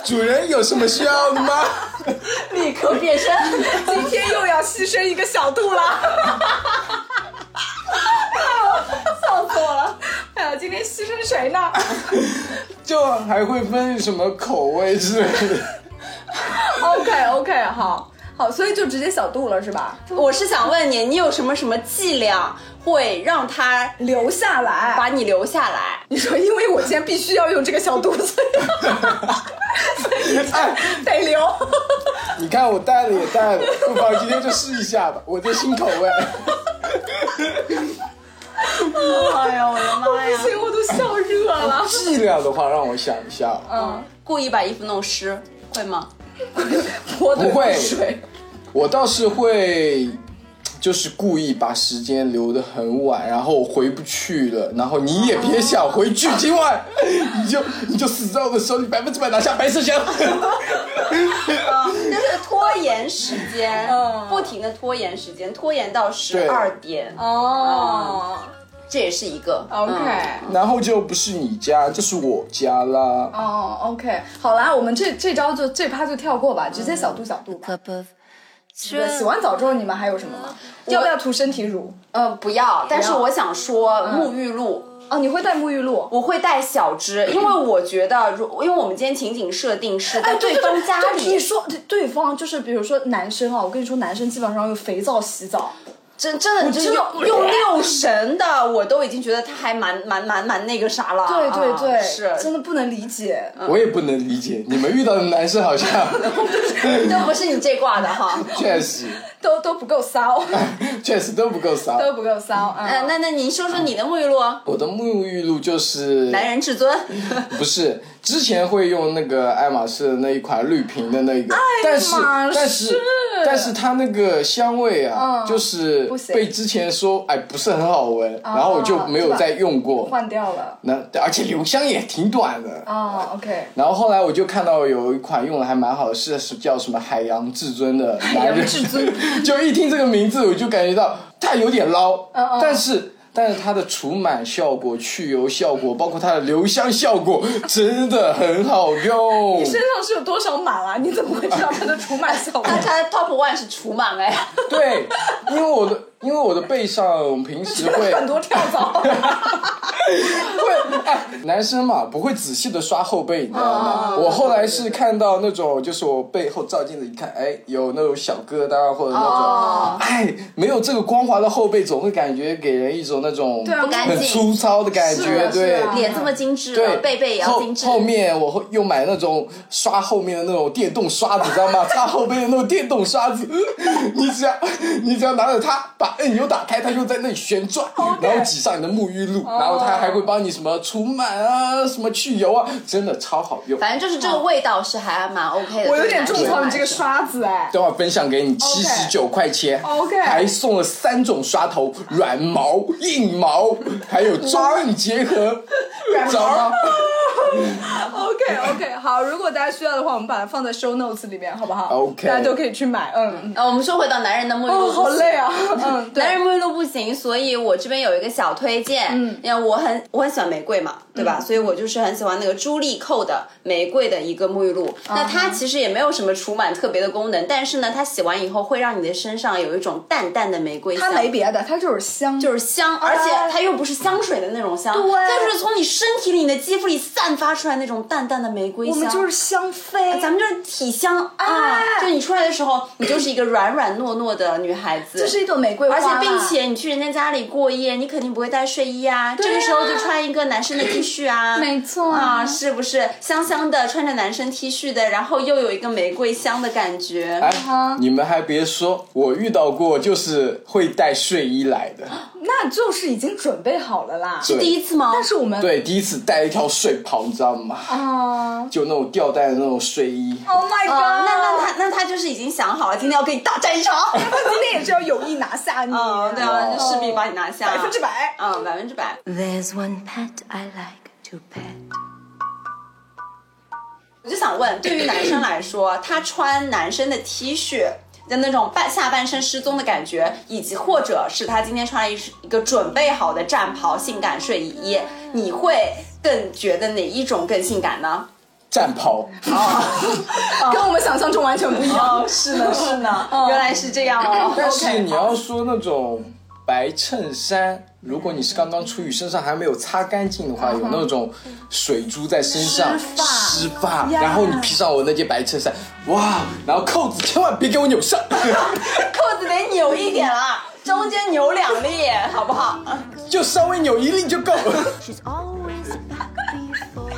Speaker 5: 主人有什么需要的吗？
Speaker 3: 立刻变身，
Speaker 2: 今天又要牺牲一个小度 啦！
Speaker 3: 笑死我了。
Speaker 2: 哎呀，今天牺牲谁呢？
Speaker 5: 就还会分什么口味之类的。
Speaker 2: OK OK，好。好，所以就直接小度了是吧？
Speaker 3: 我是想问你，你有什么什么伎俩会让他
Speaker 2: 留下来，
Speaker 3: 把你留下来？
Speaker 2: 你说，因为我今天必须要用这个小肚子，
Speaker 5: 哎，
Speaker 2: 得留。
Speaker 5: 你看我带了也带了，不妨今天就试一下吧，我这新口味。
Speaker 3: 哎呀，我的 妈
Speaker 2: 不！行，我都笑热了。
Speaker 5: 剂量的话，让我想一下，
Speaker 3: 嗯，故意把衣服弄湿，会吗？
Speaker 2: 泼
Speaker 5: 不会
Speaker 2: 水，
Speaker 5: 我倒是会，就是故意把时间留得很晚，然后我回不去了，然后你也别想回去，今 晚你就你就死在我的手里，百分之百拿下白色香。 嗯
Speaker 3: 就是拖延时间，不停的拖延时间，拖延到十二点，
Speaker 2: 哦。
Speaker 3: 这也是一个。嗯
Speaker 2: OK，、
Speaker 5: 然后就不是你家，就是我家啦。
Speaker 2: 哦，OK，好啦，我们这这招就这趴就跳过吧，直接小度小度吧。
Speaker 4: cup of
Speaker 2: 对洗
Speaker 4: strong
Speaker 2: 完澡之后你们还有什么吗？要不要涂身体乳？
Speaker 3: 嗯，呃，不要。但是我想说，沐浴露。
Speaker 2: 哦，你会带沐浴露？
Speaker 3: 我会带小支，因为我觉得，如因为我们今天情景设定是在哎对方家
Speaker 2: 哎对你
Speaker 3: 里，
Speaker 2: 说对对方就是比如说男生啊，我跟你说男生基本上用肥皂洗澡，
Speaker 3: 真真的，就是用用六神的，我都已经觉得他还蛮蛮蛮蛮那个啥了。
Speaker 2: 对对
Speaker 3: 啊
Speaker 2: 对，真
Speaker 3: 是，
Speaker 2: 的不能理解。
Speaker 5: 我也不能理解，你们遇到的男生好像
Speaker 3: 都不是你这挂的哈。
Speaker 5: 确实
Speaker 2: 都都不够骚，
Speaker 5: 确实都不够骚。
Speaker 2: 都不够骚。
Speaker 3: 呃，
Speaker 2: 嗯，
Speaker 3: 那那你说说你的沐浴露，
Speaker 5: 我的沐浴露就是
Speaker 3: 男人至尊，
Speaker 5: 不是，之前会用那个爱马仕的那一款绿瓶的那个，但是
Speaker 2: 马
Speaker 5: 但是但是它那个香味啊，
Speaker 2: 嗯
Speaker 5: 就是
Speaker 2: 不行啊
Speaker 5: 被之前说哎不是很好闻，然后我就没有再用过。
Speaker 2: 换掉了。
Speaker 5: 那而且留香也挺短的。
Speaker 2: 哦，OK，
Speaker 5: 然后后来我就看到有一款用的还蛮好的，是是叫什么海洋至尊的男人至尊， 就一听这个名字我就感觉到它有点捞，但是但是它的除螨效果、去油效果，包括它的留香效果，真的很好用
Speaker 2: 你。身上是有多少螨啊？你怎么会知道它的除螨效果？
Speaker 3: 他 top one 是除螨哎。
Speaker 5: 对，因为我的因为我的背上平时会
Speaker 2: 很多跳 蚤。
Speaker 5: 会，哎，男生嘛不会仔细的刷后背，你知道
Speaker 2: 啊
Speaker 5: 吗？我后来是看到那种，就是我背后照镜子一看，哎，有那种小疙瘩或者
Speaker 2: 啊
Speaker 5: 那种，哎，没有这个光滑的后背，总会感觉给人一种那种
Speaker 2: 对啊不干
Speaker 5: 很
Speaker 3: 净
Speaker 5: 粗糙的感
Speaker 2: 是
Speaker 5: 觉，
Speaker 2: 啊是
Speaker 5: 对。
Speaker 2: 啊
Speaker 3: 脸这么精致
Speaker 5: 对，
Speaker 3: 了，贝贝也要
Speaker 5: 后
Speaker 3: 精致。
Speaker 5: 后面我会又买那种刷后面的那种电动刷子，知道吗？擦后背的那种电动刷子，你只要你只要拿着它，把按钮打开，它就在那里旋转，然后挤上你的沐浴
Speaker 3: 哦
Speaker 5: 露，然后它还会帮你什么除螨啊，什么去油啊，真的超好用。
Speaker 3: 反正就是这个味道是还蛮 OK 的。
Speaker 2: 我有点
Speaker 3: 对
Speaker 2: 种
Speaker 3: 男生
Speaker 2: 草
Speaker 3: 来
Speaker 2: 你这个
Speaker 3: 说。
Speaker 2: 刷子哎。
Speaker 5: 等会儿分享给你七十九块钱
Speaker 2: OK
Speaker 5: 还送了三种刷头，软毛、硬毛，还有中硬结合，知道吗？
Speaker 2: OK OK，好， 如果大家需要的话，我们把它放在 show notes 里面，好不好
Speaker 5: OK
Speaker 2: 大家都可以去买。嗯，
Speaker 3: 呃，我们说回到男人的沐浴露，
Speaker 2: 哦，好累啊。 嗯，
Speaker 3: 男
Speaker 2: 对，
Speaker 3: 人沐浴露不行，所以我这边有一个小推荐。嗯，因为我很我很喜欢玫瑰嘛，
Speaker 2: 嗯
Speaker 3: 对吧？所以我就是很喜欢那个朱莉蔻的玫瑰的一个沐浴露。
Speaker 2: 啊
Speaker 3: 那它其实也没有什么除螨特别的功能，但是呢，它洗完以后会让你的身上有一种淡淡的玫瑰香。
Speaker 2: 它没别的，它就是香，啊
Speaker 3: 就是香，而且它又不是香水的那种香，
Speaker 2: 对
Speaker 3: 它就是从你身体里、你的肌肤里散发出来那种淡淡的玫瑰
Speaker 2: 我
Speaker 3: 香。哎
Speaker 2: 们就是哎香妃。
Speaker 3: 咱们就是体香啊，就你出来的时候，你就是一个软软糯糯的女孩子，
Speaker 2: 这是一朵玫瑰花
Speaker 3: 而
Speaker 2: 啦，
Speaker 3: 且，并且你去人家家里过夜，你肯定不会带睡衣啊，这个时候就穿一个男生的 T 恤啊，
Speaker 2: 没错
Speaker 3: 啊，是不是香香的，穿着男生 T 恤的，然后又有一个玫瑰香的感觉，
Speaker 5: 哎，你们还别说，我遇到过就是会带睡衣来的，
Speaker 2: 那就是已经准备好了啦。
Speaker 5: 对
Speaker 3: 第一次吗？
Speaker 2: 但是我们
Speaker 5: 对，第一次带一条睡袍，你知道吗？
Speaker 2: 啊
Speaker 5: 就那种吊带的那种睡衣，
Speaker 2: ，Oh my
Speaker 3: 哦，那那
Speaker 2: god，
Speaker 3: 他那他就是已经想好了，今天要跟你大 战一场。
Speaker 2: 那今天也是要有意拿下你，
Speaker 3: 嗯，对啊，就势必把你拿下，
Speaker 2: 百分之。百。
Speaker 3: 嗯，百分之百。
Speaker 4: There's one pet I like to pet.
Speaker 3: 我就想问，对于男生来说，他穿男生的 T 恤的那种半下半身失踪的感觉，以及或者是他今天穿了一一个准备好的战袍、性感睡衣，你会更觉得哪一种更性感呢？
Speaker 5: 战袍。
Speaker 2: 哦跟我们想象中完全不一样。
Speaker 3: 哦，是呢，是呢，原来是这样哦。
Speaker 5: 但是你要说那种白衬衫，如果你是刚刚出浴，身上还没有擦干净的话，有那种水珠在身上
Speaker 2: 啊湿发
Speaker 5: 湿发，然后你披上我那件白衬衫，哇，然后扣子千万别给我扭上。
Speaker 3: 扣子得扭一点啦，中间扭两粒，好不好？
Speaker 5: 就稍微扭一粒就够了。
Speaker 4: She's always back before.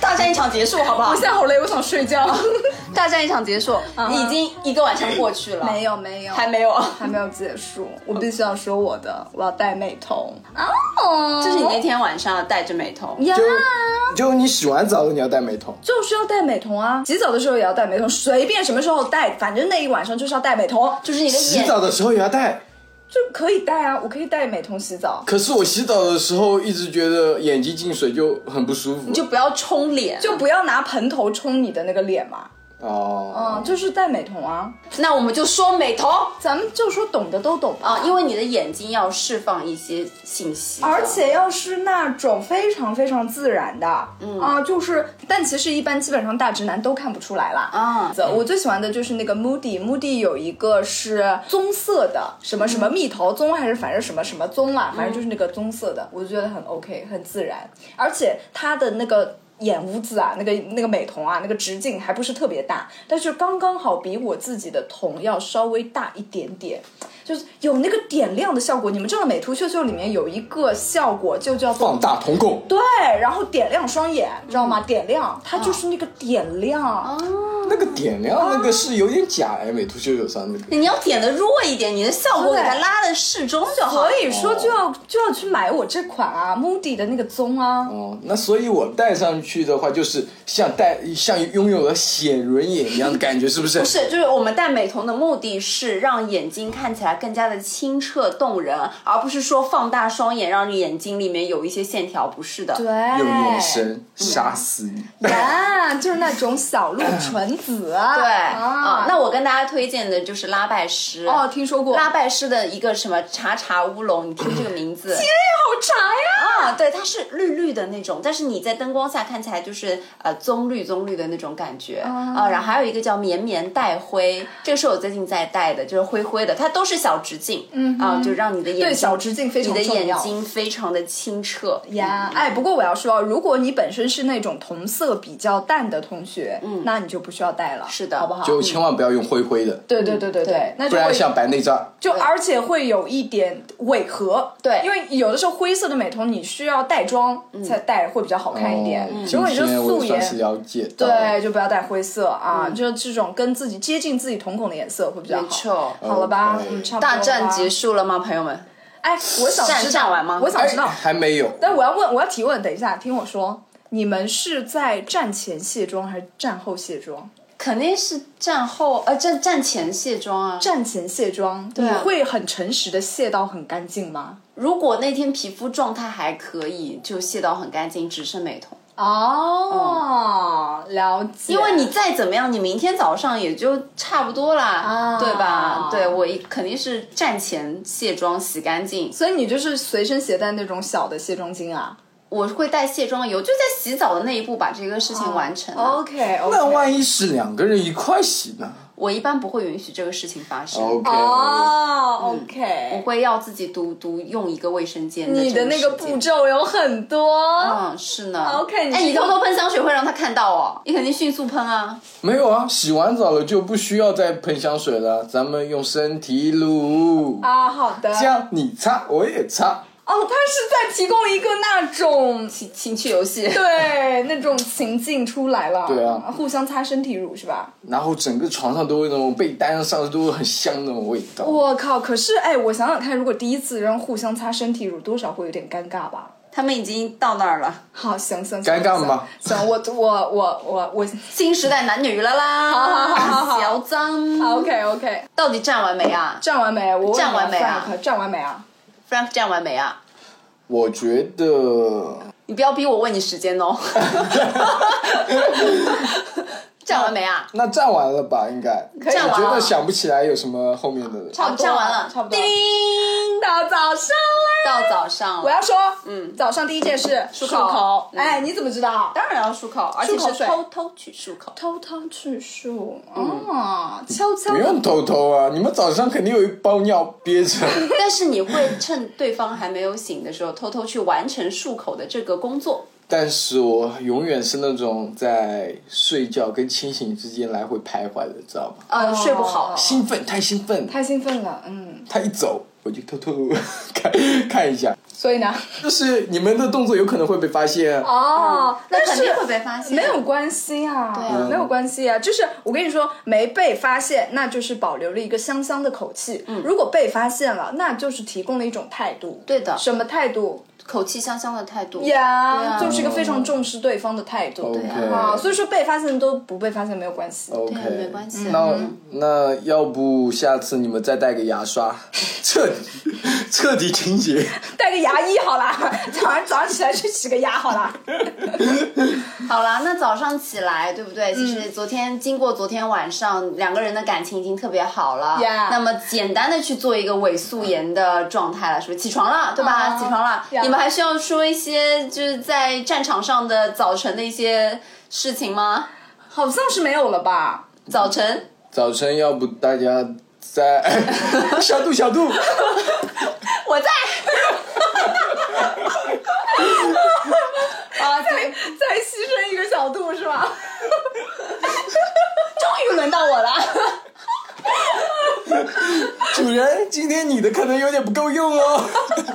Speaker 3: 大战一场结束，好不好
Speaker 2: 我？现在好累，我想睡 觉。
Speaker 3: 大战一场结束，已经一个晚上过去了，
Speaker 2: 没有没有，
Speaker 3: 还没有。
Speaker 2: 还没有结束，我必须要说我的，我要戴美瞳。
Speaker 3: 就是你那天晚上戴着美瞳，
Speaker 2: 呀
Speaker 5: 就就你洗完澡了，你要戴美瞳。
Speaker 2: 就是要戴美瞳啊，洗澡的时候也要戴美瞳，随便什么时候戴，反正那一晚上就是要戴美瞳，
Speaker 3: 就是你的
Speaker 5: 洗
Speaker 3: 眼，
Speaker 5: 澡的时候也要戴，
Speaker 2: 就可以戴啊，我可以戴美瞳洗澡，
Speaker 5: 可是我洗澡的时候一直觉得眼睛进水就很不舒服
Speaker 3: 你。就不要冲脸。
Speaker 2: 就不要拿盆头冲你的那个脸嘛。
Speaker 5: 哦，
Speaker 2: 嗯，就是戴美瞳啊，
Speaker 3: 那我们就说美瞳
Speaker 2: 咱们就说懂的都懂吧。
Speaker 3: 啊，因为你的眼睛要释放一些信息，
Speaker 2: 而且要是那种非常非常自然的，嗯啊，就是，但其实一般基本上大直男都看不出来啦。
Speaker 3: 啊
Speaker 2: 子我最喜欢的就是那个 Moody，Moody 有一个是棕色的，什么什么蜜桃棕还是反正什么什么棕啦，反正就是那个棕色的，我就觉得很 OK，很自然，而且它的那个。眼乌子啊，那个那个美瞳啊，那个直径还不是特别大，但是刚刚好比我自己的瞳要稍微大一点点，就是有那个点亮的效果。你们知道美图秀秀里面有一个效果就叫做
Speaker 5: 放大瞳孔，
Speaker 2: 对，然后点亮双眼，知道吗？点亮，它就是那个点亮。
Speaker 5: 那个点亮那个是有点假哎，美图秀秀上那个。
Speaker 3: 你要点的弱一点，你的效果给它
Speaker 2: 对
Speaker 3: 拉的适中就好。
Speaker 2: 所以说就要就要去买我这款啊，Moody 的那个棕啊，
Speaker 5: 哦，那所以我戴上去的话，就是像戴像拥有了显轮眼一样的感觉，是不是
Speaker 3: 不？是，就是我们戴美瞳的目的是让眼睛看起来更加的清澈动人，而不是说放大双眼让眼睛里面有一些线条，不是的。
Speaker 2: 对，
Speaker 5: 用眼
Speaker 2: 嗯
Speaker 5: 神杀死你。
Speaker 2: 呀，啊就是那种小鹿纯子啊。
Speaker 3: 对啊
Speaker 2: 啊，
Speaker 3: 那我跟大家推荐的就是拉拜师
Speaker 2: 哦，听说过，
Speaker 3: 拉拜师的一个什么茶茶乌龙，你听这个名 字
Speaker 2: 好茶呀。
Speaker 3: 啊，对，它是绿绿的那种，但是你在灯光下看起来就是呃棕绿棕绿的那种感觉啊。然后还有一个叫绵绵带灰，这个是我最近在戴的，就是灰灰的，它都是小直径，嗯啊，就让你的眼
Speaker 2: 对，
Speaker 3: 睛
Speaker 2: 小直径非
Speaker 3: 你
Speaker 2: 常
Speaker 3: 的
Speaker 2: 重要。
Speaker 3: 眼睛嗯非常的清澈。
Speaker 2: 呀，哎，不过我要说，如果你本身是那种瞳色比较淡的同学，嗯，那你就不需要戴了，
Speaker 3: 是的
Speaker 2: 好不好？
Speaker 5: 就千万不要用灰灰的，
Speaker 2: 对对对对对
Speaker 3: 对，
Speaker 2: 嗯那
Speaker 5: 不
Speaker 2: 就
Speaker 5: 然
Speaker 2: 会
Speaker 5: 像白内障。
Speaker 2: 就而且会有一点违和，
Speaker 3: 对嗯
Speaker 2: 因为有的时候灰色的美瞳你需要带妆才戴会比较好看一点，嗯
Speaker 5: 哦
Speaker 2: 如
Speaker 5: 今
Speaker 2: 果你就
Speaker 5: 天
Speaker 2: 素
Speaker 5: 我算是
Speaker 2: 颜。
Speaker 5: 了解到了。
Speaker 2: 对，就不要戴灰色啊，就这种跟自己接近自己瞳孔的颜色会比较好。
Speaker 3: 嗯没错
Speaker 2: 好了吧
Speaker 5: OK
Speaker 2: 嗯，差不多
Speaker 3: 大
Speaker 2: 了吧
Speaker 3: 战结。束了吗，朋友们？
Speaker 2: 哎，我想
Speaker 3: 战
Speaker 2: 知
Speaker 3: 战
Speaker 2: 道
Speaker 3: 完吗
Speaker 2: 我想知道，
Speaker 5: 还没有。
Speaker 2: 但我要问，我要提问，等一下，听我说，你们是在战前卸妆还是战后卸妆？
Speaker 3: 肯定是战后呃战战前卸妆啊。
Speaker 2: 战前卸妆，
Speaker 3: 对啊
Speaker 2: 你会很诚实的卸到很干净吗？
Speaker 3: 如果那天皮肤状态还可以，就卸到很干净，只剩美瞳。
Speaker 2: 哦，了解。
Speaker 3: 因为你再怎么样，你明天早上也就差不多啦，
Speaker 2: 啊
Speaker 3: 对吧？对我一肯定是战前卸妆洗干净，
Speaker 2: 所以你就是随身携带那种小的卸妆巾啊。
Speaker 3: 我会带卸妆油，就在洗澡的那一步把这个事情完成啊了。
Speaker 2: OK
Speaker 5: 那万一是两个人一块洗呢
Speaker 3: 我一般不会允许这个事情发生。
Speaker 5: ？OK，
Speaker 2: 哦
Speaker 3: 我
Speaker 2: ，OK，
Speaker 3: 会要自己独独用一个卫生
Speaker 5: 嗯
Speaker 3: 间
Speaker 2: 你的
Speaker 3: 的
Speaker 2: 那个步
Speaker 3: 不，
Speaker 2: 骤有很多。
Speaker 3: 嗯，是呢。
Speaker 2: OK，你
Speaker 3: 哎，
Speaker 2: 是
Speaker 3: 你偷偷喷香水会让他看到哦，你肯定迅速喷啊。
Speaker 5: 没有啊，洗完澡了就不需要再喷香水了，咱们用身体乳，
Speaker 2: 啊，好的。
Speaker 5: 这样你擦我也擦。
Speaker 2: 哦，他是在提供一个那种
Speaker 3: 情情趣游戏，
Speaker 2: 对那种情境出来了。
Speaker 5: 对啊
Speaker 2: 互相擦身体乳是吧？
Speaker 5: 然后整个床上都有那种被单上都有很香那种味道。
Speaker 2: 我靠！可是哎，我想想看，如果第一次让互相擦身体乳，多少会有点尴尬吧？
Speaker 3: 他们已经到那儿了。
Speaker 2: 好，行行，行
Speaker 5: 尴尬吗
Speaker 2: 行，行我我我我我
Speaker 3: 新时代男女了啦，
Speaker 2: 好好好好好
Speaker 3: 小张，
Speaker 2: ，OK OK，
Speaker 3: 到底站完没啊
Speaker 2: 站完没？我问
Speaker 3: 站
Speaker 2: 你
Speaker 3: 完没啊
Speaker 2: Frank，站完没啊？
Speaker 3: ？Frank 站完没啊？
Speaker 5: 我觉得
Speaker 3: 你不要逼我问你时间哦。站完没啊？
Speaker 5: 那站完了吧？应该，
Speaker 2: 以
Speaker 5: 我
Speaker 3: 站
Speaker 5: 觉
Speaker 3: 完了
Speaker 5: 得想不起来有什么后面的。
Speaker 2: 差不多
Speaker 3: 站完了
Speaker 2: 差不多。
Speaker 3: 叮
Speaker 2: 到早上啦！
Speaker 3: 到早上
Speaker 2: 我
Speaker 3: 了，
Speaker 2: 要说，
Speaker 3: 嗯
Speaker 2: 早上第一件事漱
Speaker 3: 口嗯
Speaker 2: 哎，你怎么知道？
Speaker 3: 当然要漱口，而且
Speaker 2: 漱口
Speaker 3: 是
Speaker 2: 水
Speaker 3: 偷偷去漱口。
Speaker 2: 偷偷去漱哦，悄悄
Speaker 5: 不
Speaker 2: 地
Speaker 5: 用偷偷啊！你们早上肯定有一包尿憋着，
Speaker 3: 但是你会趁对方还没有醒的时候，偷偷去完成漱口的这个工作。
Speaker 5: 但是我永远是那种在睡觉跟清醒之间来回徘徊的，知道吗？
Speaker 3: 呃，睡不
Speaker 2: 哦
Speaker 3: 好，
Speaker 5: 兴奋，太兴奋，
Speaker 2: 太兴奋了，嗯，
Speaker 5: 他一走我就偷偷 看看一下，
Speaker 2: 所以呢，
Speaker 5: 就是你们的动作有可能会被发现。
Speaker 2: 哦，但是
Speaker 3: 被发现
Speaker 2: 没有关系啊，对
Speaker 3: 啊
Speaker 2: 没有关系啊，就是我跟你说，没被发现，那就是保留了一个香香的口气；如果被发现了，那就是提供了一种态度。
Speaker 3: 对的
Speaker 2: 什么态度
Speaker 3: 口气香香的态度。
Speaker 2: 呀？就是一个非常重视对方的态度
Speaker 5: OK
Speaker 2: 啊，哦所以说被发现都不被发现没有关系。
Speaker 5: OK，
Speaker 3: 对没关系嗯
Speaker 5: 那那要不下次你们再带个牙刷， 彻底彻底清洁。
Speaker 2: 带个牙医好啦， 早上早上起来去洗个牙好 啦。
Speaker 3: 好啦，那早上起来，对不对？其实昨天经过昨天晚上，两个人的感情已经特别好了。
Speaker 2: Yeah
Speaker 3: 那么简单的去做一个伪素颜的状态了，是不是？起床了，对吧？
Speaker 2: 啊
Speaker 3: 起床了
Speaker 2: Yeah
Speaker 3: 你们还需要说一些就是在战场上的早晨的一些事情吗？
Speaker 2: 好像是没有了吧？
Speaker 3: 早晨，
Speaker 5: 早晨，要不大家在 小度小度，
Speaker 3: 我在。啊，
Speaker 2: 再再牺牲一个小度是吧？
Speaker 3: 终于轮到我了。
Speaker 5: 主人，今天你的可能有点不够用哦，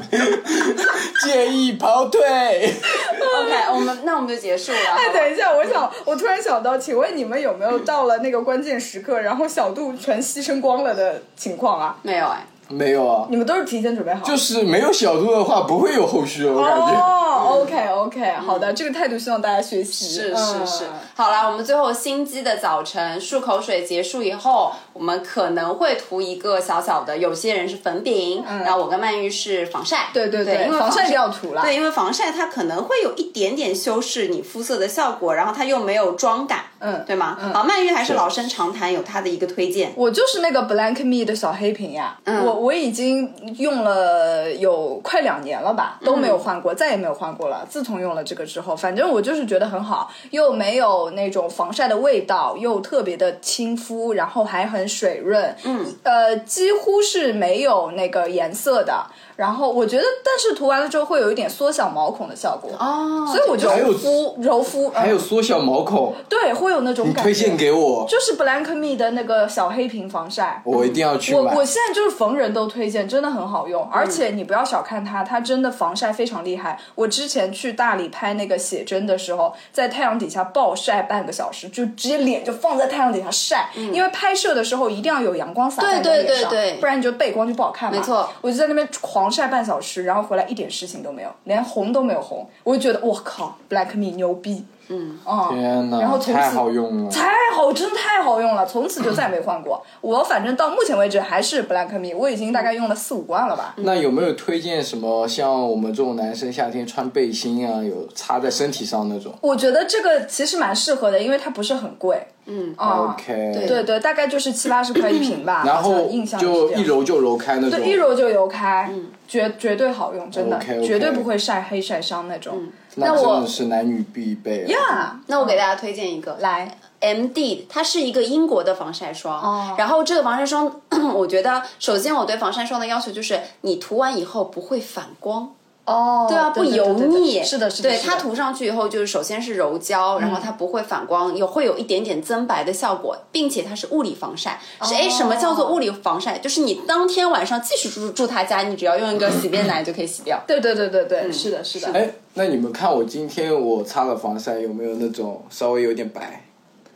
Speaker 5: 建议跑腿。
Speaker 3: OK，我们那我们就结束了。好
Speaker 2: 哎，
Speaker 3: 吧
Speaker 2: 等一下，我想，我突然想到，请问你们有没有到了那个关键时刻，然后小度全牺牲光了的情况啊？
Speaker 3: 没有哎，
Speaker 5: 没有啊，
Speaker 2: 你们都是提前准备好？
Speaker 5: 就是没有小度的话，不会有后续了，我感觉。
Speaker 2: 哦，OK OK，好的，这个态度希望大家学习。
Speaker 3: 嗯是
Speaker 2: 嗯
Speaker 3: 是是。好啦，我们最后心机的早晨漱口水结束以后，我们可能会涂一个小小的，有些人是粉饼，然后我跟曼玉是防晒。
Speaker 2: 嗯对对
Speaker 3: 对
Speaker 2: 对
Speaker 3: 因为
Speaker 2: 防晒一定要涂啦
Speaker 3: 对，因为防晒它可能会有一点点修饰你肤色的效果，然后它又没有妆感，
Speaker 2: 嗯
Speaker 3: 对吗？好，曼玉还是老生常谈，有她的一个推荐。
Speaker 2: 我就是那个 Blank Me 的小黑瓶呀，我我已经用了有快两年了吧，都没有换过，再也没有换过了。自从用了这个之后，反正我就是觉得很好，又没有那种防晒的味道，又特别的亲肤，然后还很水润，嗯，呃，几乎是没有那个颜色的。然后我觉得，但是涂完了之后会有一点缩小毛孔的效果，
Speaker 3: 哦
Speaker 2: 所以我就
Speaker 5: 还有
Speaker 2: 柔肤柔肤，
Speaker 5: 还有
Speaker 2: 嗯、
Speaker 5: 缩小毛孔，
Speaker 2: 对，会有那种
Speaker 5: 你
Speaker 2: 感觉。
Speaker 5: 推荐给我，
Speaker 2: 就是 Blank Me 的那个小黑瓶防晒，
Speaker 5: 我一定要去
Speaker 2: 我
Speaker 5: 买嗯
Speaker 2: 我。现在就是逢人都推荐，真的很好用，而且你不要小看它，它真的防晒非常厉害。我之前去大理拍那个写真的时候，在太阳底下暴晒半个小时，就直接脸就放在太阳底下晒，
Speaker 5: 嗯
Speaker 2: 因为拍摄的时候一定要有阳光洒在你的
Speaker 3: 对对
Speaker 2: 脸上，
Speaker 3: 对对
Speaker 2: 不然你就背光就不好看嘛。
Speaker 3: 没错，
Speaker 2: 我就在那边狂晒半小时，然后回来一点事情都没有，连红都没有红，我就觉得我靠，Black Me 牛逼，嗯嗯，
Speaker 5: 天
Speaker 2: 然后
Speaker 5: 哪，
Speaker 2: 从此
Speaker 5: 太好用了！
Speaker 2: 太好，真太好用了，从此就再也没换过。我反正到目前为止还是 Black Me，我已经大概用了四五罐了吧。
Speaker 5: 那有没有推荐什么像我们这种男生夏天穿背心啊，有插在身体上那种
Speaker 2: 我觉得这个其实蛮适合的，因为它不是很贵。嗯啊
Speaker 5: ？OK，
Speaker 2: 对对，大概就是七八十块一瓶吧。
Speaker 5: 然
Speaker 2: 啊好像
Speaker 5: 后
Speaker 2: 印象是
Speaker 5: 就
Speaker 2: 这
Speaker 5: 一
Speaker 2: 样
Speaker 5: 揉就揉开那种
Speaker 2: 对，。一揉就油开，绝绝对好用，真的
Speaker 5: OK，OK
Speaker 2: 绝对不会晒黑晒伤那种。啊
Speaker 5: 那真
Speaker 2: 我
Speaker 5: 的是男女必备啊了。
Speaker 2: 呀，
Speaker 3: 那我给大家推荐一个，
Speaker 2: 来
Speaker 3: M D，它是一个英国的防晒霜。
Speaker 2: 哦
Speaker 3: 然后这个防晒霜， 我觉得首先我对防晒霜的要求就是，你涂完以后不会反光。
Speaker 2: 哦，
Speaker 3: 对啊，不油
Speaker 2: 对对
Speaker 3: 腻。
Speaker 2: 对是的，是的，
Speaker 3: 对
Speaker 2: 是的嗯
Speaker 3: 它涂上去以后，就是首先是柔焦，然后它不会反光，有会有一点点增白的效果，并且它是物理防晒。是哎，什么叫做物理
Speaker 2: 哦
Speaker 3: 防晒？就是你当天晚上继续住住他家，你只要用一个洗面奶就可以洗掉。
Speaker 2: 对对对对对，是的，嗯是的，
Speaker 5: 哎，那你们看我今天我擦了防晒，有没有那种稍微有点白？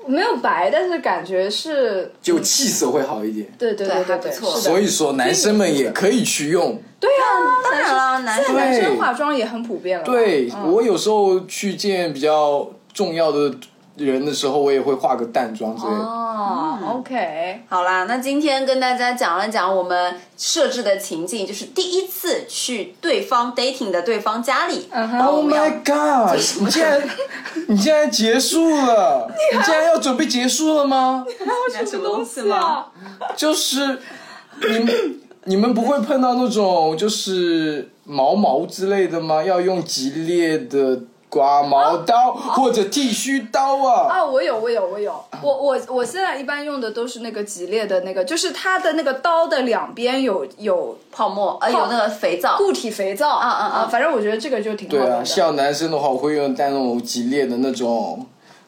Speaker 2: 没有白，但是感觉是，
Speaker 5: 就气色会好一点。
Speaker 2: 对对对
Speaker 3: 对
Speaker 2: 对
Speaker 3: 还不
Speaker 2: 对，
Speaker 3: 错
Speaker 2: 是的
Speaker 5: 所以说，男生们也可以去用。
Speaker 2: 对啊，
Speaker 3: 当然了，男
Speaker 2: 现
Speaker 3: 生
Speaker 2: 在男
Speaker 5: 对
Speaker 2: 嗯生化妆也很普遍了。，
Speaker 5: 对我有时候去见比较重要的人的时候，我也会化个淡妆之类的。
Speaker 2: 哦，OK，
Speaker 3: 嗯好啦，那今天跟大家讲了讲我们设置的情境，就是第一次去对方 dating 的对方家里，
Speaker 2: 嗯哼
Speaker 3: 然后我
Speaker 5: Oh
Speaker 3: 们要
Speaker 5: my god！你竟然，你竟然结束了？ 你竟然要准备结束了吗？
Speaker 3: 拿什么东西
Speaker 2: 是
Speaker 3: 吗？
Speaker 2: 啊，
Speaker 5: 就是你们你们不会碰到那种就是毛毛之类的吗？要用激烈的刮毛
Speaker 3: 哦
Speaker 5: 刀或者剃须刀啊？
Speaker 2: 啊，我有，我有，我有，我我我现在一般用的都是那个吉列的那个，就是它的那个刀的两边有有
Speaker 3: 泡沫，呃，有那个肥皂，
Speaker 2: 固体肥皂，啊
Speaker 3: 啊啊
Speaker 2: 反正我觉得这个就挺好
Speaker 5: 对
Speaker 2: 用
Speaker 5: 啊，
Speaker 2: 的。
Speaker 5: 像男生的话，我会用带那种激烈的那种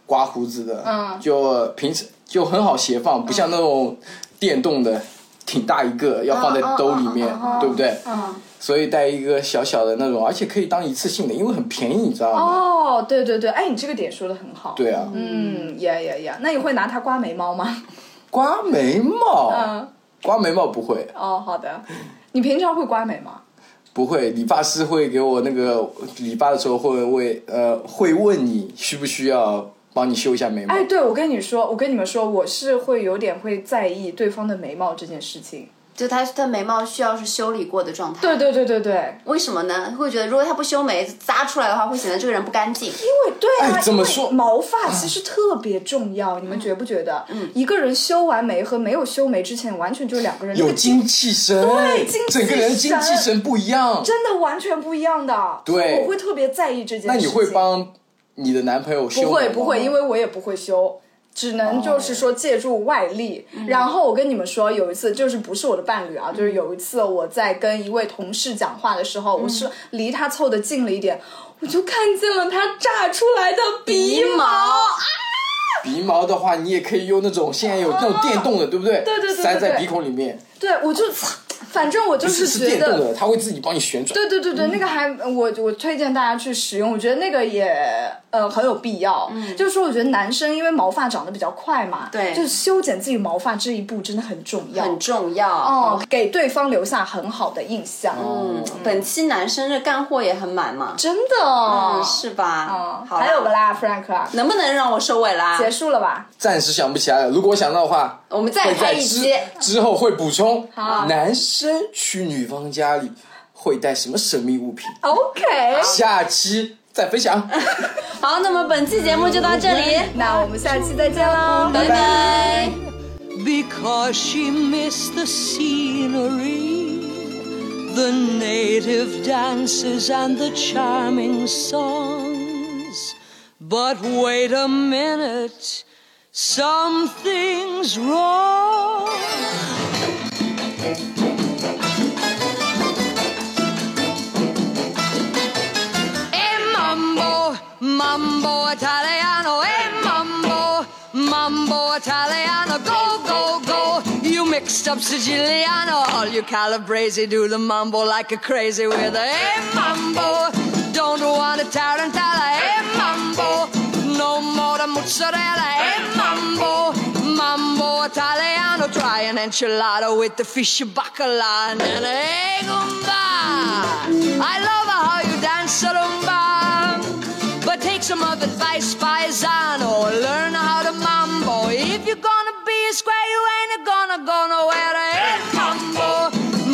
Speaker 5: 刮胡子的，
Speaker 2: 嗯
Speaker 5: 就平时就很好斜放，不像那种电动的。挺大一个，要放在兜里面，对不对？
Speaker 2: 嗯，
Speaker 5: 所以带一个小小的那种，而且可以当一次性的，因为很便宜，你知道吗？
Speaker 2: 哦，对对对，哎，你这个点说的很好。，
Speaker 5: 对啊，
Speaker 2: 嗯，呀呀呀，那你会拿它刮眉毛吗？
Speaker 5: 刮眉毛，
Speaker 2: 嗯，
Speaker 5: 刮眉毛不会，
Speaker 2: 哦，好的。你平常会刮眉吗？
Speaker 5: 不会，理发师会给我那个理发的时候会会呃会问你需不需要帮你修一下眉毛。
Speaker 2: 哎，对，我跟你说，我跟你们说，我是会有点会在意对方的眉毛这件事情。
Speaker 3: 就他他眉毛需要是修理过的状态。
Speaker 2: 对对对对对，
Speaker 3: 为什么呢？会觉得如果他不修眉扎出来的话，会显得这个人不干净。
Speaker 2: 因为对啊，
Speaker 5: 哎怎么
Speaker 2: 因为
Speaker 5: 说
Speaker 2: 毛发其实特别重要，你们觉不觉得？嗯，一个人修完眉和没有修眉之前，完全就是两个人，那
Speaker 5: 有
Speaker 2: 个
Speaker 5: 精气神，
Speaker 2: 对精气神
Speaker 5: 整个人精气神不一样。
Speaker 2: 真的完全不一样的。
Speaker 5: 对
Speaker 2: 所以我会特别在意这件事情。
Speaker 5: 那你会帮你的男朋友修眉
Speaker 2: 不
Speaker 5: 毛吗
Speaker 2: 会不会，因为我也不会修，只能就是说借助外力。
Speaker 5: 哦嗯
Speaker 2: 然后我跟你们说，有一次就是不是我的伴侣啊，就是有一次我在跟一位同事讲话的时
Speaker 5: 嗯
Speaker 2: 候，我是离他凑的近了一点，我就看见了他炸出来的鼻毛。
Speaker 5: 鼻毛的话，你也可以用那种现在有那种电动的，对不对？
Speaker 2: 啊对对对对
Speaker 5: 塞在
Speaker 2: 对
Speaker 5: 鼻孔里面，
Speaker 2: 对，我就反正我就
Speaker 5: 不是是
Speaker 2: 觉
Speaker 5: 电动
Speaker 2: 得。
Speaker 5: 的，它会自己帮你旋转。
Speaker 2: 对对对对，那个还我我推荐大家去使用，我觉得那个也呃很有必要。就是说，我觉得男生因为毛发长得比较快嘛，
Speaker 3: 嗯对
Speaker 2: 就是修剪自己毛发这一步真的很重要，
Speaker 3: 很重要
Speaker 2: 哦，给对方留下很好的印象，
Speaker 3: 嗯，本期男生这干货也很满嘛，
Speaker 2: 真的哦。
Speaker 3: 嗯，是吧
Speaker 2: 嗯？
Speaker 3: 好啦
Speaker 2: 还有个，啦，Frank 啊，
Speaker 3: 能不能让我收尾啦？
Speaker 2: 结束了吧？
Speaker 5: 暂时想不起来了，如果想到的话，
Speaker 3: 我们
Speaker 2: 哎
Speaker 3: 再
Speaker 5: 会
Speaker 3: 开
Speaker 5: 在
Speaker 3: 一
Speaker 5: 之
Speaker 3: 期
Speaker 5: 之后会补充。男生去女方家里会带什么神秘物品？
Speaker 2: OK，
Speaker 5: 下期再分享。
Speaker 3: 好，那么本期节目就到这里，
Speaker 2: 那我们下期再见喽，
Speaker 3: 拜拜。
Speaker 6: because she missed the scenery, the native dances and the charming songs. But wait a minute, something's wrong. E mambo, mambo italiano, e mambo, mambo italiano, go, go, go. You mixed up Siciliano, all you Calabrese do the mambo like a crazy with a e mambo. Don't want a tarantella, e mambo. No more the mozzarella, e mambo, mambo italiano. Try an enchilada with the fish bacala and an egg umba. I love how you dance a rumba, but take some of advice by Zano. Learn how to mambo. If you're gonna be a square, you ain't gonna go nowhere. Hey, mambo,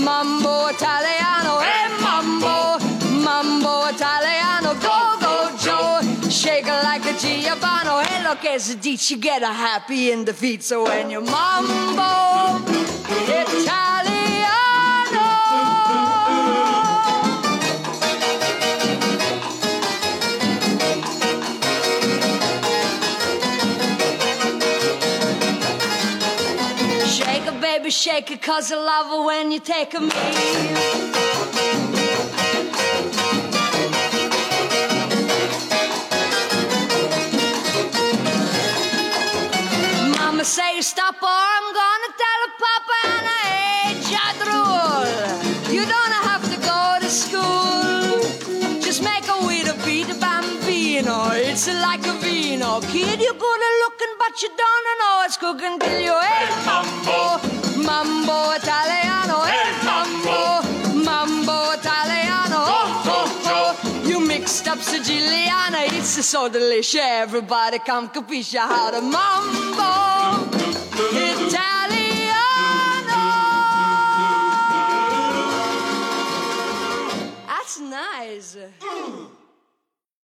Speaker 6: mambo Italiano. Hey, mambo, mambo Italiano. Go, go, Joe. Shake it like a Giovanni. Hey, look, as a ditch, you get a happy in the feet. So when you mambo Italiano. Shake it, baby, shake it, cause I love it when you take a me. Mama say you stop or I'm gonna tell her Papa and I ain't your drool. You don't have to go to school. Just make a way to be the bambino. It's like a vino. Kid, you're good at looking, but you don't know it's cooking till you ain't mambo. Mambo eh, Italiano, hey mambo. Mambo Italiano, oh, oh, oh. You mix mixed up Siciliana, it's so delicious. Everybody come capisce how to mambo.